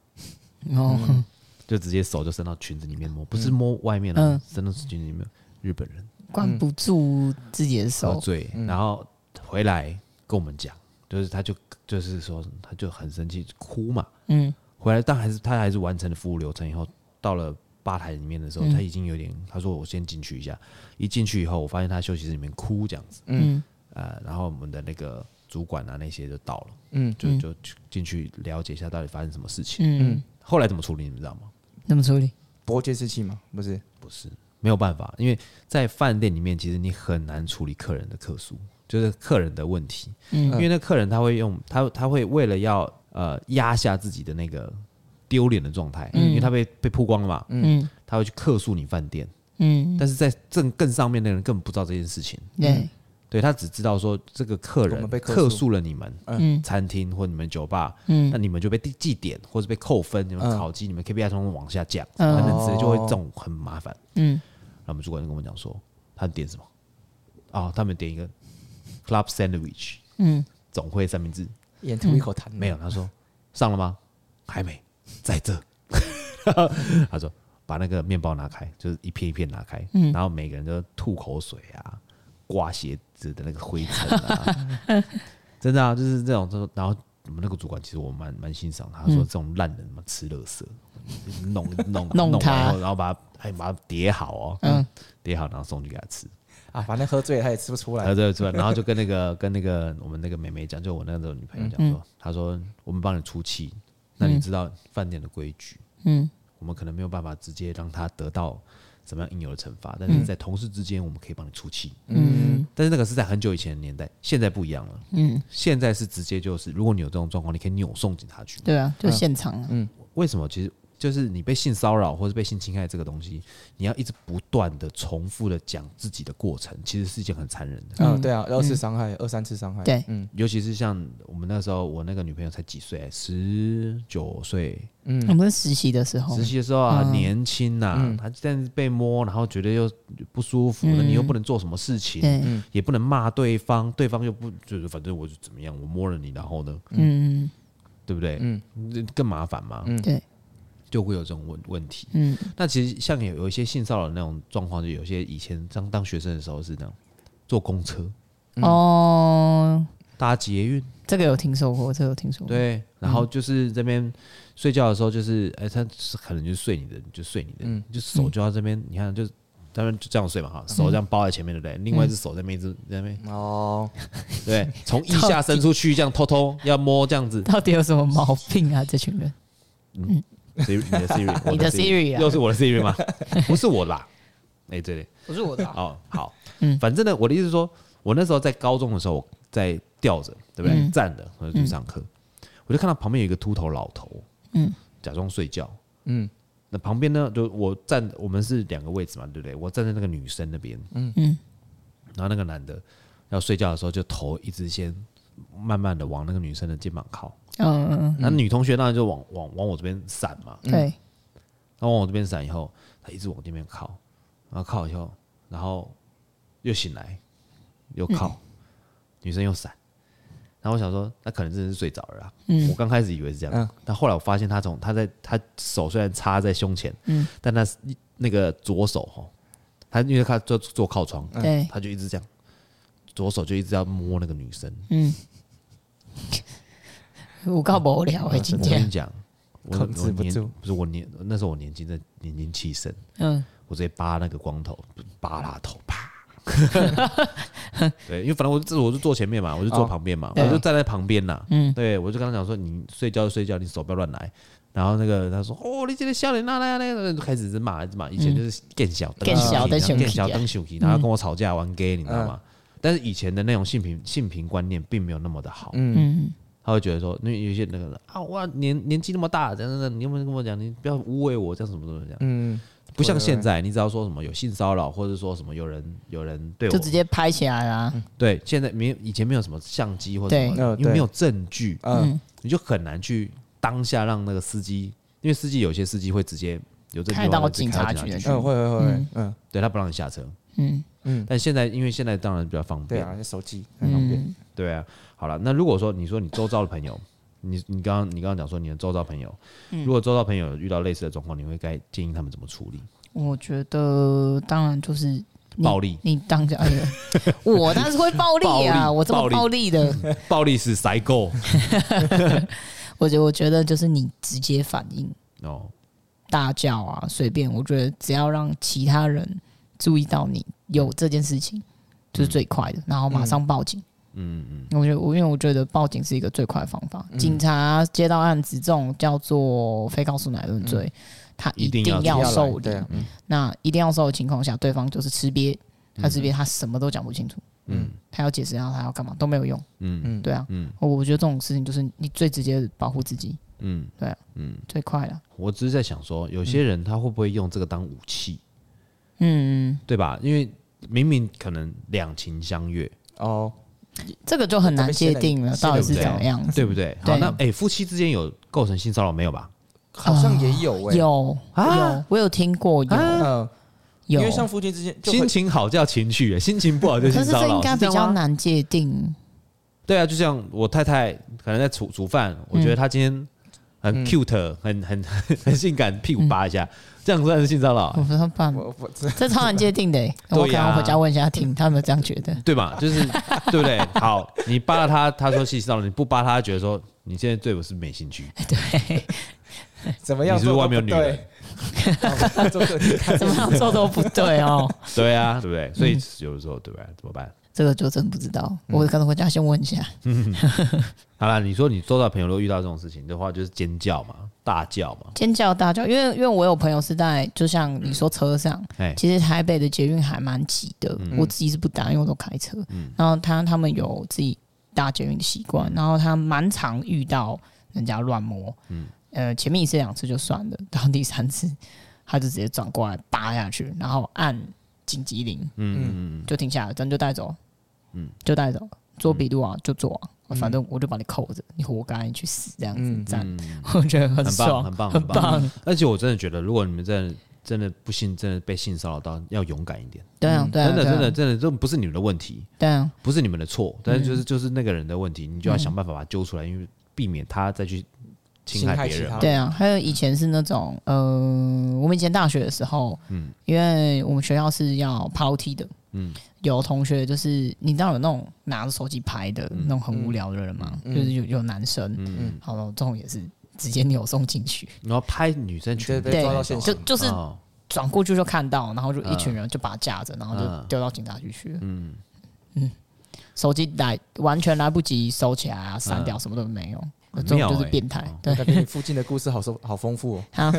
[SPEAKER 2] 哦，
[SPEAKER 1] 就直接手就伸到裙子里面摸，不是摸外面
[SPEAKER 2] 嗯
[SPEAKER 1] 了，伸到裙子里面。日本人
[SPEAKER 2] 管不住自己的
[SPEAKER 1] 喝
[SPEAKER 2] 手，嗯
[SPEAKER 1] 醉，然后回来跟我们讲，就是他就就是说他就很生气，哭嘛。
[SPEAKER 2] 嗯
[SPEAKER 1] 回来但还是他还是完成了服务流程以后，到了吧台里面的时候，
[SPEAKER 2] 嗯
[SPEAKER 1] 他已经有点，他说我先进去一下。一进去以后，我发现他休息室里面哭这样子，
[SPEAKER 2] 嗯
[SPEAKER 1] 呃，然后我们的那个主管啊那些就到了，
[SPEAKER 3] 嗯
[SPEAKER 1] 就就去进去了解一下到底发生什么事情。
[SPEAKER 2] 嗯，
[SPEAKER 1] 后来怎么处理你们知道吗？
[SPEAKER 2] 那么处理？
[SPEAKER 3] 拨监视器嘛，不是？
[SPEAKER 1] 不是没有办法，因为在饭店里面，其实你很难处理客人的客诉，就是客人的问题，
[SPEAKER 2] 嗯
[SPEAKER 1] 因为那客人他会用他他会为了要呃压下自己的那个丢脸的状态，
[SPEAKER 2] 嗯
[SPEAKER 1] 因为他被被曝光了嘛，
[SPEAKER 2] 嗯
[SPEAKER 1] 他会去客诉你饭店，
[SPEAKER 2] 嗯，
[SPEAKER 1] 但是在正更上面的人根本不知道这件事情，
[SPEAKER 2] 对，
[SPEAKER 1] 对他只知道说这个客
[SPEAKER 3] 我
[SPEAKER 1] 人
[SPEAKER 3] 们被客诉
[SPEAKER 1] 客诉了你们。
[SPEAKER 2] 嗯
[SPEAKER 1] 餐厅或你们酒吧，
[SPEAKER 2] 嗯
[SPEAKER 1] 那你们就被记记点，或者被扣分，你们
[SPEAKER 3] 嗯
[SPEAKER 1] 考绩，你们 KPI 通通往下降，
[SPEAKER 2] 嗯
[SPEAKER 1] 等等之类，就会这种很麻烦。
[SPEAKER 2] 嗯
[SPEAKER 1] 然后我们主管就跟我们讲说，他们点什么？哦，他们点一个 club sandwich
[SPEAKER 2] 嗯，
[SPEAKER 1] 总会三明治，
[SPEAKER 3] 演吐一口痰
[SPEAKER 1] 没有。他说上了吗？还没，在这。 他说把那个面包拿开，就是一片一片拿开，
[SPEAKER 2] 嗯
[SPEAKER 1] 然后每个人都吐口水啊，刮鞋子的那个灰尘啊， 真的啊，就是这种。他说，然后我们那个主管其实我蛮蛮欣赏
[SPEAKER 2] 嗯
[SPEAKER 1] 他，他说这种烂人嘛吃垃圾，弄弄
[SPEAKER 2] 弄
[SPEAKER 1] 完
[SPEAKER 2] 他
[SPEAKER 1] 以后然后把它哎把它叠好哦，
[SPEAKER 2] 嗯
[SPEAKER 1] 叠好然后送去给他吃。
[SPEAKER 3] 啊，反正喝醉了他也吃不出来嗯
[SPEAKER 1] 啊，。对，出来，然后就跟那个跟那个我们那个妹妹讲，就我那个女朋友
[SPEAKER 2] 嗯
[SPEAKER 1] 讲说，她说我们帮你出气，那你知道饭店的规矩，
[SPEAKER 2] 嗯
[SPEAKER 1] 我们可能没有办法直接让她得到什么样应有的惩罚，但是在同事之间，我们可以帮你出气。
[SPEAKER 2] 嗯
[SPEAKER 1] 但是那个是在很久以前的年代，现在不一样了，
[SPEAKER 2] 嗯，
[SPEAKER 1] 现在是直接就是，如果你有这种状况，你可以扭送警察局。
[SPEAKER 2] 对啊，就现场啊，
[SPEAKER 1] 为什么？其实就是你被性骚扰或是被性侵害这个东西，你要一直不断的重复的讲自己的过程，其实是一件很残忍的。
[SPEAKER 3] 嗯，对啊，二次伤害，二三次伤害。
[SPEAKER 2] 对
[SPEAKER 3] 嗯
[SPEAKER 1] 尤其是像我们那时候，我那个女朋友才几岁，十九岁，
[SPEAKER 2] 我
[SPEAKER 3] 嗯
[SPEAKER 2] 们是实习的时候
[SPEAKER 1] 实，习的时候啊，
[SPEAKER 2] 嗯
[SPEAKER 1] 年轻呐、
[SPEAKER 3] 嗯
[SPEAKER 1] 她但是被摸，然后觉得又不舒服，那、
[SPEAKER 2] 嗯
[SPEAKER 1] 你又不能做什么事情，
[SPEAKER 2] 对，
[SPEAKER 1] 也不能骂对方，对方又不就是反正我就怎么样，我摸了你，然后呢，
[SPEAKER 2] 嗯
[SPEAKER 1] 对不对？
[SPEAKER 3] 嗯
[SPEAKER 1] 这更麻烦嘛，
[SPEAKER 3] 嗯
[SPEAKER 2] 对，
[SPEAKER 1] 就会有这种问问题。
[SPEAKER 2] 嗯
[SPEAKER 1] 那其实像有有一些性骚扰的那种状况，就有些以前当当学生的时候是那样，坐公车、
[SPEAKER 2] 哦，
[SPEAKER 1] 搭捷运，
[SPEAKER 2] 这个有听说过，这个有听说过，
[SPEAKER 1] 对，然
[SPEAKER 2] 嗯
[SPEAKER 1] 后就是这边睡觉的时候，就是哎、他是可能就睡你的，就睡你的，
[SPEAKER 3] 嗯
[SPEAKER 1] 就手就要这边，你看就当然就这样睡嘛哈，
[SPEAKER 2] 嗯
[SPEAKER 1] 手这样包在前面，对不对？另外一只手在那边一直在那边，
[SPEAKER 3] 哦，
[SPEAKER 2] 嗯
[SPEAKER 1] 对，从腋下伸出去，这样偷偷要摸这样 子。
[SPEAKER 2] 到底有什么毛病啊？这群人，
[SPEAKER 1] Siri，你的 Siri，我
[SPEAKER 2] 你的 Siri 啊
[SPEAKER 1] 又是我的 Siri 吗？不是我啦，哎、对对，
[SPEAKER 2] 不是我的，啊
[SPEAKER 1] 哦，好，
[SPEAKER 2] 嗯
[SPEAKER 1] 反正呢，我的意思是说，我那时候在高中的时候，我在吊着，对不对？
[SPEAKER 2] 嗯
[SPEAKER 1] 站着，我就去上课，我就看到旁边有一个秃头老头，
[SPEAKER 2] 嗯
[SPEAKER 1] 假装睡觉，
[SPEAKER 3] 嗯
[SPEAKER 1] 那旁边呢，就我站，我们是两个位置嘛，对不对？我站在那个女生那边，
[SPEAKER 2] 嗯
[SPEAKER 1] 然后那个男的要睡觉的时候，就头一直先慢慢的往那个女生的肩膀靠，
[SPEAKER 2] 嗯嗯，
[SPEAKER 1] 那、女同学当然就往往往我这边闪嘛，
[SPEAKER 2] 对，
[SPEAKER 1] 然后往我这边闪以后，他一直往这边靠，然后靠以后，然后又醒来，又
[SPEAKER 2] 嗯
[SPEAKER 1] 靠，女生又闪，然后我想说，那可能真的是睡着了啦。
[SPEAKER 2] 嗯
[SPEAKER 1] 我刚开始以为是这样，
[SPEAKER 3] 嗯
[SPEAKER 1] 但后来我发现他从他在他手虽然插在胸前，
[SPEAKER 2] 嗯
[SPEAKER 1] 但他是那个左手哈，他因为他坐坐靠窗，
[SPEAKER 2] 对，
[SPEAKER 1] 他就一直这样，左手就一直要摸那个女生。
[SPEAKER 2] 嗯，我够无聊诶，今
[SPEAKER 1] 我跟
[SPEAKER 2] 天
[SPEAKER 1] 你，讲，我
[SPEAKER 3] 控制
[SPEAKER 1] 我
[SPEAKER 3] 不
[SPEAKER 1] 年
[SPEAKER 3] 住
[SPEAKER 1] 不是我年那时候我年轻的年轻气盛，
[SPEAKER 2] 嗯，
[SPEAKER 1] 我直接扒那个光头，扒他头，啪。对，因为反正我就我就坐前面嘛，我就坐
[SPEAKER 3] 哦
[SPEAKER 1] 旁边嘛，
[SPEAKER 2] 对
[SPEAKER 1] 我就站在旁边呐。
[SPEAKER 2] 嗯
[SPEAKER 1] 对，我就跟他讲说，你睡觉就睡觉，你手不要乱来。然后那个他说，哦，你这个笑脸那那那那，就开始是骂一直骂。以前就是更小
[SPEAKER 2] 更小
[SPEAKER 1] 灯
[SPEAKER 2] 灯
[SPEAKER 1] 小
[SPEAKER 2] 熊
[SPEAKER 1] 更
[SPEAKER 2] 皮
[SPEAKER 1] 小
[SPEAKER 2] 啊
[SPEAKER 1] 灯小皮，然后跟我吵架玩 gay，你知道吗？但是以前的那种性平性平观念并没有那么的好，
[SPEAKER 2] 嗯，
[SPEAKER 1] 他会觉得说，因为有一些那个
[SPEAKER 2] 哦
[SPEAKER 1] 人啊，哇，年年纪那么大，这样这样这样，你有没有跟我讲，你不要污蔑我，这样什么什么这样。
[SPEAKER 3] 嗯，
[SPEAKER 1] 不像现在，你只要说什么有性骚扰，或者说什么有人有人对我
[SPEAKER 2] 就直接拍起来啦，
[SPEAKER 1] 对，现在没有以前没有什么相机或者什么
[SPEAKER 3] 对
[SPEAKER 1] 的，
[SPEAKER 3] 嗯
[SPEAKER 1] 因为没有证据，
[SPEAKER 3] 嗯，
[SPEAKER 1] 你就很难去当下让那个司机，因为司机有些司机会直接有证据
[SPEAKER 2] 开到
[SPEAKER 1] 的话就直接
[SPEAKER 2] 警察
[SPEAKER 1] 开
[SPEAKER 2] 局的
[SPEAKER 3] 嗯，会会会，嗯
[SPEAKER 1] 对他不让你下车。
[SPEAKER 2] 嗯
[SPEAKER 3] 嗯，
[SPEAKER 1] 但现在因为现在当然比较方
[SPEAKER 3] 对
[SPEAKER 1] 便，
[SPEAKER 3] 啊，手机很方便，
[SPEAKER 2] 嗯，
[SPEAKER 1] 对啊。好了，那如果说你说你周遭的朋友，你你刚刚你刚刚讲说你的周遭朋友，
[SPEAKER 2] 嗯
[SPEAKER 1] 如果周遭朋友有遇到类似的状况，你会该建议他们怎么处理？
[SPEAKER 2] 我觉得当然就是你
[SPEAKER 1] 暴力，
[SPEAKER 2] 你当家 人，我当然是会暴力
[SPEAKER 1] 暴
[SPEAKER 2] 啊，
[SPEAKER 1] 力
[SPEAKER 2] 我这么
[SPEAKER 1] 暴
[SPEAKER 2] 暴力的，
[SPEAKER 1] 暴力是塞够
[SPEAKER 2] 我觉得我觉得就是你直接反应。
[SPEAKER 1] 哦，
[SPEAKER 2] 大叫啊，随便，我觉得只要让其他人注意到你有这件事情，就是最快的，然后马上报警。
[SPEAKER 1] 嗯嗯
[SPEAKER 2] 我觉得我因为我觉得报警是一个最快的方法。警察接到案子这种叫做非告诉乃论罪，他
[SPEAKER 1] 一
[SPEAKER 2] 一
[SPEAKER 1] 定
[SPEAKER 2] 定
[SPEAKER 1] 要
[SPEAKER 2] 要
[SPEAKER 3] 来
[SPEAKER 2] 受理
[SPEAKER 3] 对。啊，嗯
[SPEAKER 2] 那一定要受的情况下，对方就是吃瘪，他吃瘪，他什么都讲不清楚，
[SPEAKER 1] 嗯
[SPEAKER 2] 他要解释，然后他要干嘛都没有用。
[SPEAKER 1] 嗯
[SPEAKER 3] 嗯，
[SPEAKER 2] 对啊，
[SPEAKER 1] 嗯
[SPEAKER 2] 我我觉得这种事情就是你最直接的保护自己
[SPEAKER 1] 嗯，
[SPEAKER 2] 对啊
[SPEAKER 1] 嗯。
[SPEAKER 2] 最快了。
[SPEAKER 1] 我只是在想说，有些人他会不会用这个当武器，
[SPEAKER 2] 嗯，
[SPEAKER 1] 对吧？因为明明可能两情相悦，
[SPEAKER 3] 哦，
[SPEAKER 2] 这个就很难
[SPEAKER 3] 这边
[SPEAKER 2] 界
[SPEAKER 3] 现在
[SPEAKER 2] 定了，
[SPEAKER 3] 现在
[SPEAKER 2] 到底是
[SPEAKER 1] 有没有
[SPEAKER 2] 怎么样子。
[SPEAKER 1] 对不对？好，
[SPEAKER 2] 嗯对
[SPEAKER 1] 那哎、夫妻之间有构成性骚扰没有吧？
[SPEAKER 3] 好像也有哎，
[SPEAKER 2] 哦有有，我有听过有
[SPEAKER 3] 嗯，因
[SPEAKER 2] 有，
[SPEAKER 3] 为像夫妻之间就
[SPEAKER 1] 心
[SPEAKER 3] 会
[SPEAKER 1] 情好叫情趣、哎心情不好就
[SPEAKER 2] 可
[SPEAKER 1] 性
[SPEAKER 2] 是
[SPEAKER 1] 骚
[SPEAKER 2] 这
[SPEAKER 1] 扰，
[SPEAKER 2] 应该
[SPEAKER 1] 是这
[SPEAKER 2] 比较
[SPEAKER 1] 样吗？
[SPEAKER 2] 难界定。
[SPEAKER 1] 对啊，就像我太太可能在煮煮饭，我
[SPEAKER 2] 嗯
[SPEAKER 1] 觉得她今天很 cute，、很很 很性感，屁股扒一下，
[SPEAKER 2] 嗯
[SPEAKER 1] 这样算是性骚扰、
[SPEAKER 2] 我不知道办，
[SPEAKER 3] 我我这
[SPEAKER 2] 这超难界定的欸。
[SPEAKER 1] 对呀
[SPEAKER 2] 我可能回家问一下听他有没有这样觉得。
[SPEAKER 1] 对吧？就是对不对？好，你扒了他，他说性骚扰；你不扒他，他觉得说你现在对我是没兴趣。
[SPEAKER 2] 哎
[SPEAKER 3] 怎么样
[SPEAKER 1] 你是不
[SPEAKER 3] 做
[SPEAKER 1] 是
[SPEAKER 3] 都
[SPEAKER 1] 外
[SPEAKER 3] 不
[SPEAKER 1] 面有
[SPEAKER 3] 对？
[SPEAKER 1] 女 人
[SPEAKER 3] 好做个 体看
[SPEAKER 2] 怎么样做都不对哦，
[SPEAKER 1] 对啊，对不对？所以有的时候，对不对？怎么办？
[SPEAKER 2] 这个就真不知道。我可能回家先问一下。
[SPEAKER 1] 好啦，你说你周遭朋友都遇到这种事情的话，就是尖叫嘛，大叫嘛，
[SPEAKER 2] 尖叫大叫，因为因为我有朋友是在，就像你说车上，
[SPEAKER 1] 哎，
[SPEAKER 2] 其实台北的捷运还蛮挤的，
[SPEAKER 1] 嗯
[SPEAKER 2] 我自己是不搭，因为我都开车。然后他他们有自己搭捷运的习惯，然后他蛮常遇到人家乱摸。
[SPEAKER 1] 嗯
[SPEAKER 2] 呃，前面一次两次就算了， 到第三次他就直接转过来扒下去，然后按紧急铃
[SPEAKER 1] 嗯嗯嗯
[SPEAKER 2] 就停下来，咱就带走。就带走，做笔录啊就做啊，反正我就把你扣着，你活该，你去死这样子，这样
[SPEAKER 1] 嗯嗯，
[SPEAKER 2] 我觉得很
[SPEAKER 1] 很棒，
[SPEAKER 2] 爽，
[SPEAKER 1] 很棒，
[SPEAKER 2] 很棒。。
[SPEAKER 1] 而且我真的觉得，如果你们真的真的不幸，真的被性骚扰到，要勇敢一点，
[SPEAKER 2] 对啊，对啊，
[SPEAKER 1] 嗯真的
[SPEAKER 2] 对啊
[SPEAKER 1] 真的，真的，这不是你们的问题，
[SPEAKER 2] 对啊，
[SPEAKER 1] 不是你们的
[SPEAKER 3] 嗯
[SPEAKER 1] 错，但是就是就是那个人的问题，你就要想办法把他揪出来，因为避免他再去侵害别
[SPEAKER 3] 侵害其
[SPEAKER 1] 人
[SPEAKER 3] 他
[SPEAKER 1] 嘛。
[SPEAKER 2] 对啊，还有以前是那种，呃，我们以前大学的时候，嗯，因为我们学校是要抛梯的，
[SPEAKER 1] 嗯
[SPEAKER 2] 嗯，有同学就是你知道有那种拿着手机拍的、那种很无聊的人吗？就是有有男生，
[SPEAKER 1] 嗯，
[SPEAKER 2] 好了，这种也是直接扭送进去，
[SPEAKER 1] 然后拍女生裙
[SPEAKER 3] 对
[SPEAKER 1] 子
[SPEAKER 3] 被
[SPEAKER 2] 对
[SPEAKER 3] 抓到现
[SPEAKER 2] 就
[SPEAKER 3] 行，
[SPEAKER 2] 就是
[SPEAKER 1] 哦
[SPEAKER 2] 转过去就看到，然后就
[SPEAKER 1] 嗯
[SPEAKER 2] 一群人就把他架着，然后就
[SPEAKER 1] 嗯
[SPEAKER 2] 丢到警察局去了。
[SPEAKER 1] 嗯
[SPEAKER 2] 手机来完全来不及收起来啊，删掉什么都没有，
[SPEAKER 1] 很
[SPEAKER 2] 这
[SPEAKER 1] 妙
[SPEAKER 2] 种就是
[SPEAKER 1] 欸
[SPEAKER 2] 变态
[SPEAKER 1] 哦。
[SPEAKER 2] 对，
[SPEAKER 3] 感觉你附近的故事好丰好丰 富哦，
[SPEAKER 2] 啊，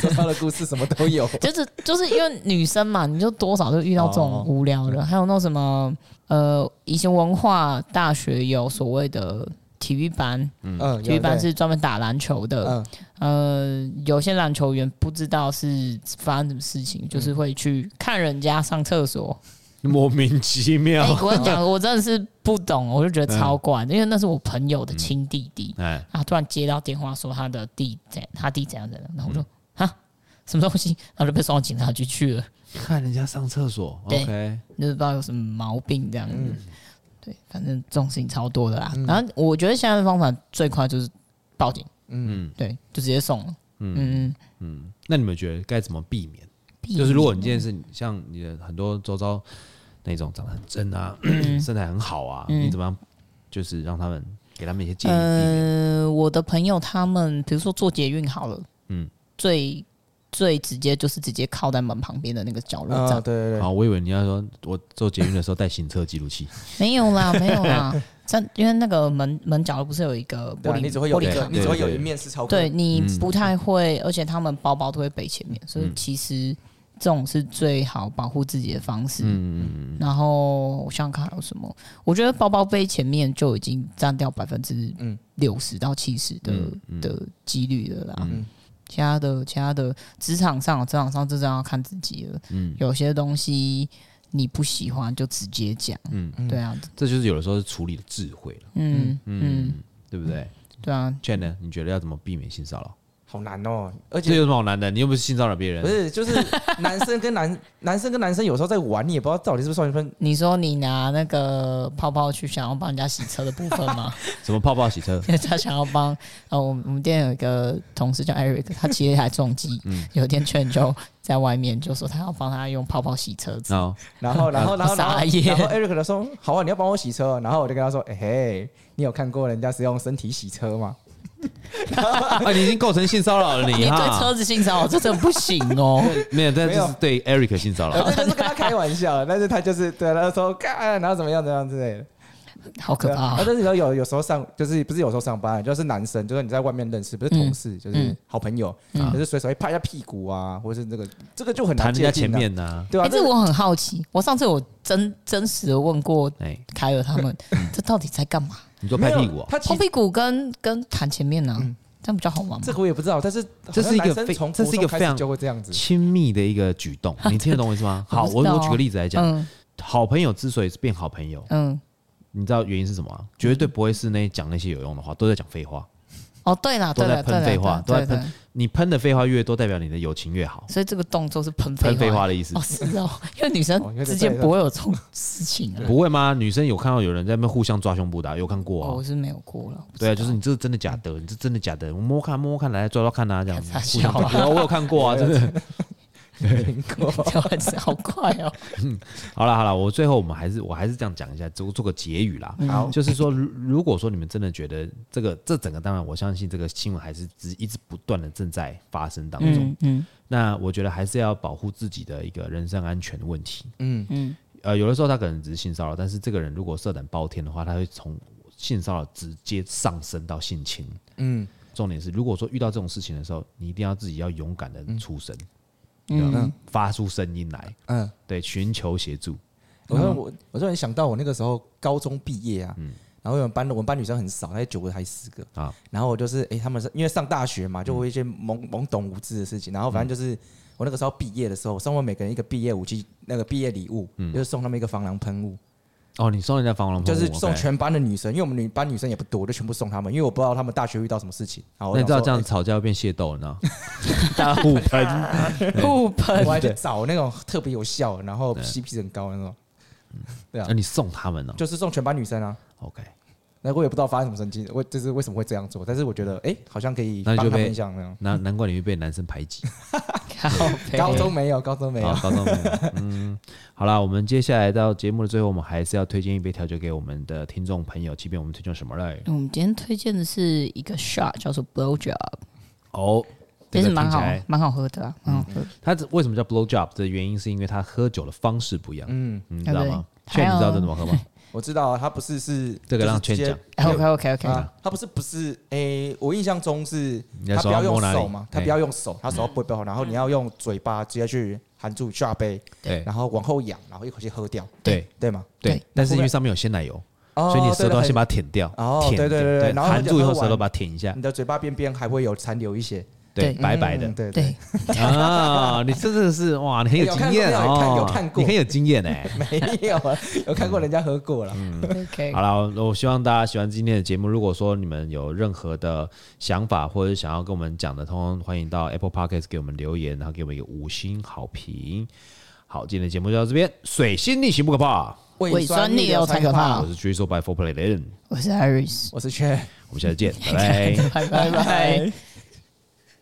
[SPEAKER 3] 周遭的故事什么都有。
[SPEAKER 2] 就是就是因为女生嘛，你就多少就遇到这种
[SPEAKER 3] 哦
[SPEAKER 2] 无聊的，还有那种什么呃，以前文化大学有所谓的体育班，
[SPEAKER 3] 嗯，
[SPEAKER 2] 体育班
[SPEAKER 3] 有对
[SPEAKER 2] 是专门打篮球的，
[SPEAKER 3] 嗯
[SPEAKER 2] 呃，有些篮球员不知道是发生什么事情，
[SPEAKER 3] 嗯
[SPEAKER 2] 就是会去看人家上厕
[SPEAKER 3] 哦
[SPEAKER 2] 所。
[SPEAKER 1] 莫名其妙
[SPEAKER 2] 哎，，我跟你讲，我真的是不懂，我就觉
[SPEAKER 3] 嗯
[SPEAKER 2] 得超怪，因为那是我朋友的亲弟弟，
[SPEAKER 1] 哎，
[SPEAKER 2] 啊，突然接到电话说他的弟怎他弟怎样怎样，然后我
[SPEAKER 3] 嗯
[SPEAKER 2] 就啊什么东西，然后就被送到警察局去了。
[SPEAKER 1] 哎看人家上厕所
[SPEAKER 2] 对
[SPEAKER 1] ，OK，
[SPEAKER 2] 就是不知道有什么毛病这样子。
[SPEAKER 3] 嗯
[SPEAKER 2] 对，反正这种事情超多的啦。然后我觉得现在的方法最快就是报警，
[SPEAKER 1] 嗯。
[SPEAKER 2] 对，就直接送了。嗯嗯，
[SPEAKER 1] 那你们觉得该怎么避免？
[SPEAKER 2] 避
[SPEAKER 1] 嗯就是如果你这件事，像你的很多周遭那种长得很正啊， 身材很好啊，你怎么样，就是让他们给他们一些建议避免？
[SPEAKER 2] 呃，我的朋友他们，比如说做捷运好了，
[SPEAKER 1] 嗯
[SPEAKER 2] 嗯，最最直接就是直接靠在门旁边的那个角落
[SPEAKER 3] 啊，
[SPEAKER 2] 站，
[SPEAKER 3] 对对对，
[SPEAKER 1] 好，我以为你要说，我做捷运的时候带行车记录器，
[SPEAKER 2] 没有啦，没 有啦，站因为那个门门角落不是有一个
[SPEAKER 3] 对
[SPEAKER 2] 玻
[SPEAKER 3] 啊，
[SPEAKER 2] 璃，
[SPEAKER 3] 你只会有
[SPEAKER 2] 玻
[SPEAKER 3] 一
[SPEAKER 2] 璃
[SPEAKER 3] 个，
[SPEAKER 2] 壳
[SPEAKER 1] 对，
[SPEAKER 3] 你只会有
[SPEAKER 1] 对
[SPEAKER 3] 一面是超
[SPEAKER 2] 对你
[SPEAKER 1] 嗯
[SPEAKER 2] 不太会，而且他们包包都会背前面，所以其实这种是最好保护自己的方式。
[SPEAKER 1] 嗯，
[SPEAKER 2] 然后我想想看还有什么，我觉得包包背前面就已经占掉百分之
[SPEAKER 3] 嗯
[SPEAKER 2] 六十到七十的、
[SPEAKER 1] 嗯嗯
[SPEAKER 2] 的几率了啦。
[SPEAKER 1] 嗯
[SPEAKER 2] 其他的其他的职场上，职场上这真的要看自己了。
[SPEAKER 1] 嗯
[SPEAKER 2] 有些东西你不喜欢就直接讲。
[SPEAKER 1] 嗯
[SPEAKER 2] 对啊，
[SPEAKER 1] 这就是有的时候是处理的智慧了，
[SPEAKER 2] 嗯嗯，
[SPEAKER 1] 嗯，对不对
[SPEAKER 2] 对啊，
[SPEAKER 1] ？Chen 呢？你觉得要怎么避免性骚扰？
[SPEAKER 3] 好难哦，而
[SPEAKER 1] 这
[SPEAKER 3] 且
[SPEAKER 1] 有什么好难的？你又不是性骚扰别人
[SPEAKER 3] 不，是就是男生跟男 男生跟男生有时候在玩，你也不知道到底是不是算一份
[SPEAKER 2] 你说你拿那个泡泡去想要帮人家洗车的部分吗？
[SPEAKER 1] 什么泡泡洗 车？
[SPEAKER 2] 他想要帮呃，我们我们店有一个同事叫 Eric，他骑了一台重机，
[SPEAKER 1] 嗯
[SPEAKER 2] 有一天 Chen 就在外面就说他要帮他用泡泡洗车子，
[SPEAKER 1] 啊，
[SPEAKER 3] 然 后，然后，然后，然后
[SPEAKER 2] 傻眼
[SPEAKER 3] 然后 Eric 就说：“好啊，你要帮我洗车哦。”然后我就跟他说：“哎、嘿，你有看过人家是用身体洗车 吗
[SPEAKER 1] 啊，你已经构成性骚扰了，
[SPEAKER 2] 哎你
[SPEAKER 1] 你
[SPEAKER 2] 对车
[SPEAKER 1] 哈？
[SPEAKER 2] 子性骚扰这真的不行 哦。
[SPEAKER 1] 没有，但
[SPEAKER 3] 没有哎
[SPEAKER 1] 这是对 Eric 性骚？”
[SPEAKER 3] 我
[SPEAKER 1] 扰。
[SPEAKER 3] 这就是跟他开玩笑， 但是他就是对，他就说：“干，然后怎么样，怎么样之类的。”
[SPEAKER 2] 好可怕、哦
[SPEAKER 3] 对啊！但是有有有时候上就是不是有时候上班，啊就是男生，就是你在外面认识，不是同事，就是好朋友，
[SPEAKER 2] 嗯
[SPEAKER 3] 就是随手会拍一下屁股啊，或者是这个这个就很
[SPEAKER 1] 谈
[SPEAKER 3] 难
[SPEAKER 1] 人家
[SPEAKER 3] 界定、
[SPEAKER 1] 前，面呐，
[SPEAKER 3] 对
[SPEAKER 2] 哎、
[SPEAKER 3] 啊，
[SPEAKER 2] 这我很好奇，我上次我真真实的问过
[SPEAKER 1] 哎，
[SPEAKER 2] 凯尔他们，
[SPEAKER 1] 嗯
[SPEAKER 2] 这到底在干嘛？
[SPEAKER 1] 你说
[SPEAKER 3] 没
[SPEAKER 1] 拍
[SPEAKER 3] 有
[SPEAKER 1] 屁股啊？
[SPEAKER 3] 他其
[SPEAKER 2] 后
[SPEAKER 3] 实
[SPEAKER 2] 屁股跟跟弹前面呢、啊
[SPEAKER 1] 嗯
[SPEAKER 2] 这样比较好玩吗
[SPEAKER 3] 这？个我也不知道，但是好像
[SPEAKER 1] 这是一个
[SPEAKER 3] 男生
[SPEAKER 1] 非
[SPEAKER 3] 从
[SPEAKER 1] 这是一个
[SPEAKER 3] 国中开始
[SPEAKER 1] 非常
[SPEAKER 3] 就会这样子，
[SPEAKER 1] 亲密的一个举动，你听得懂我意思吗？好，
[SPEAKER 2] 我不
[SPEAKER 1] 我
[SPEAKER 2] 知道啊
[SPEAKER 1] 我举个例子来讲，
[SPEAKER 2] 嗯
[SPEAKER 1] 好朋友之所以是变好朋友，
[SPEAKER 2] 嗯，
[SPEAKER 1] 你知道原因是什么吗？绝对不会是那讲那些有用的话，都在讲废话。
[SPEAKER 2] 哦对啦
[SPEAKER 1] 都
[SPEAKER 2] 对
[SPEAKER 1] 在
[SPEAKER 2] 啦
[SPEAKER 1] 喷
[SPEAKER 2] 对啦
[SPEAKER 1] 废话
[SPEAKER 2] 对啦
[SPEAKER 1] 都在
[SPEAKER 2] 对啦，
[SPEAKER 1] 你喷的废话越多，代表你的友情越好。
[SPEAKER 2] 所以这个动作是喷废
[SPEAKER 1] 喷
[SPEAKER 2] 话
[SPEAKER 1] 废话的意思
[SPEAKER 2] 哦，是哦，因为女
[SPEAKER 3] 哦
[SPEAKER 2] 生
[SPEAKER 3] 因为这
[SPEAKER 2] 之间
[SPEAKER 3] 在
[SPEAKER 2] 不会有这种事情 啊。
[SPEAKER 1] 不会吗？女生有看到有人在那边互相抓胸部的啊，有看过
[SPEAKER 2] 哦，
[SPEAKER 1] 啊
[SPEAKER 2] 我？是没有过了。
[SPEAKER 1] 对啊，就是你这是真的假的？你这真的假的？我摸看摸看，来抓抓看啊，这 样子
[SPEAKER 2] 傻
[SPEAKER 1] 互
[SPEAKER 2] 笑
[SPEAKER 1] 相
[SPEAKER 2] 啊
[SPEAKER 1] 抓。有啊我有看过啊，真 的。
[SPEAKER 3] 听过
[SPEAKER 2] 这样子好快 哦。
[SPEAKER 1] 好了好了，我最后我们还是我还是这样讲一下，做做个结语啦。
[SPEAKER 2] 嗯
[SPEAKER 3] 好
[SPEAKER 1] 就是说，如如果说你们真的觉得这个这整个，当然我相信这个新闻还是只一直不断的正在发生当中。
[SPEAKER 2] 嗯嗯
[SPEAKER 1] 那我觉得还是要保护自己的一个人身安全问题。
[SPEAKER 3] 嗯，
[SPEAKER 2] 嗯，
[SPEAKER 1] 呃，有的时候他可能只是性骚扰，但是这个人如果色胆包天的话，他会从性骚扰直接上升到性侵。
[SPEAKER 3] 嗯，
[SPEAKER 1] 重点是，如果说遇到这种事情的时候，你一定要自己要勇敢的出声，
[SPEAKER 2] 嗯
[SPEAKER 1] 对吧发出声音来，
[SPEAKER 3] 嗯。
[SPEAKER 1] 对，寻求协助。
[SPEAKER 3] 我
[SPEAKER 1] 哦
[SPEAKER 3] 说我，我突然想到我那个时候高中毕业啊，然后我们班的我们班女生很少，大概九个还是十个
[SPEAKER 1] 嗯啊
[SPEAKER 3] 啊。然后我就是，哎、他们是因为上大学嘛，就会一些懵懵懂无知的事情。然后
[SPEAKER 1] 嗯
[SPEAKER 3] 反正就是、我那个时候毕业的时候，我送我每个人一个毕业武器，那个毕业礼物，就是送他们一个防狼喷雾，
[SPEAKER 1] 嗯哦，你送人家防狼喷
[SPEAKER 3] 就
[SPEAKER 1] 雾
[SPEAKER 3] 是
[SPEAKER 1] OK
[SPEAKER 3] 送全班的女生，因为我们女班女生也不多，我就全部送他们，因为我不知道他们大学遇到什么事情。然后我
[SPEAKER 1] 那你知道
[SPEAKER 3] 想
[SPEAKER 1] 这
[SPEAKER 3] 说
[SPEAKER 1] 样吵架会变械斗了 呢？大家互喷，
[SPEAKER 2] 不
[SPEAKER 3] 诶
[SPEAKER 2] 喷
[SPEAKER 3] 哎我还去找那种特别有效，然后 CP 值很高的那种，
[SPEAKER 1] 嗯
[SPEAKER 3] 对啊
[SPEAKER 1] 那，你送他们呢
[SPEAKER 3] 就是送全班女生啊。
[SPEAKER 1] ？OK，
[SPEAKER 3] 那我也不知道发生什么神经，我就是为什么会这样做，但是我觉得，哎、好像可以
[SPEAKER 1] 嗯那
[SPEAKER 3] 帮
[SPEAKER 1] 你就
[SPEAKER 3] 他
[SPEAKER 1] 被
[SPEAKER 3] 们一下那样。
[SPEAKER 1] 那难怪你会被男生排挤。
[SPEAKER 2] 靠背
[SPEAKER 3] 高中没有，高中没有
[SPEAKER 1] 好，。高中没有。 嗯，好啦，我们接下来到节目的最后，我们还是要推荐一杯调酒给我们的听众朋友。即便我们推荐什么嘞？
[SPEAKER 2] 嗯我们今天推荐的是一个 shot，叫做 blow job，
[SPEAKER 1] 哦，
[SPEAKER 2] 其
[SPEAKER 1] 这
[SPEAKER 2] 实
[SPEAKER 1] 个
[SPEAKER 2] 蛮
[SPEAKER 1] 听起
[SPEAKER 2] 好
[SPEAKER 1] 来，嗯
[SPEAKER 2] 蛮好喝的啊，蛮好喝的。
[SPEAKER 1] 它为什么叫 blow job 的原因，是因为它喝酒的方式不一样，
[SPEAKER 3] 嗯，
[SPEAKER 1] 你知道吗？
[SPEAKER 2] 啊对
[SPEAKER 1] 劝
[SPEAKER 2] 还
[SPEAKER 1] 你
[SPEAKER 2] 有
[SPEAKER 1] 知道这怎么喝吗？
[SPEAKER 3] 我知道啊他不是是
[SPEAKER 1] 这个让
[SPEAKER 3] 就是
[SPEAKER 1] 劝
[SPEAKER 3] 直接
[SPEAKER 1] 讲，
[SPEAKER 2] OK OK OK，
[SPEAKER 3] 啊，他不是不是，哎、我印象中是
[SPEAKER 1] 你的
[SPEAKER 3] 他
[SPEAKER 1] 手
[SPEAKER 3] 不
[SPEAKER 1] 要
[SPEAKER 3] 要
[SPEAKER 1] 摸
[SPEAKER 3] 用
[SPEAKER 1] 哪里嗯
[SPEAKER 3] 手嘛，他不要用手，他手要不背后，然后你要用嘴巴直接去含住下杯，
[SPEAKER 1] 对
[SPEAKER 3] 然后往后仰，然后一口气喝掉，
[SPEAKER 1] 对
[SPEAKER 3] 对吗？
[SPEAKER 1] 对
[SPEAKER 2] 对，
[SPEAKER 1] 但是因为上面有鲜奶油，
[SPEAKER 3] 哦
[SPEAKER 1] 所以你舌头要先
[SPEAKER 3] 把
[SPEAKER 1] 把它舔掉，
[SPEAKER 3] 哦
[SPEAKER 1] 舔
[SPEAKER 3] 对对对对
[SPEAKER 1] 对，
[SPEAKER 3] 然后
[SPEAKER 1] 含住以后
[SPEAKER 3] 就喝完
[SPEAKER 1] 舌头把它舔一下
[SPEAKER 3] 你，的嘴巴边边还会有残留一些
[SPEAKER 1] 对，
[SPEAKER 2] 对
[SPEAKER 1] 白白的
[SPEAKER 3] 嗯，对
[SPEAKER 2] 对，
[SPEAKER 1] 啊，你真的是哇，你很
[SPEAKER 3] 有
[SPEAKER 1] 经
[SPEAKER 3] 看
[SPEAKER 1] 验
[SPEAKER 3] 过有看有看
[SPEAKER 1] 哦，
[SPEAKER 3] 过
[SPEAKER 1] 你很有经验哎。
[SPEAKER 3] 没有啊，有看过人家喝过了，
[SPEAKER 1] 嗯
[SPEAKER 2] OK，
[SPEAKER 1] 好了，我我希望大家喜欢今天的节目。如果说你们有任何的想法或者想要跟我们讲的，通通欢迎到 Apple Podcast 给我们留言，然后给我们一个五星好评。好，今天的节目就到这边，水星逆行不可怕。
[SPEAKER 2] 胃酸逆流才可怕
[SPEAKER 1] 我是 Drizzle by Four Play 的人，
[SPEAKER 2] 我是 Iris，
[SPEAKER 3] 我是圈，
[SPEAKER 1] 我们下次见，拜拜。
[SPEAKER 2] 拜拜拜。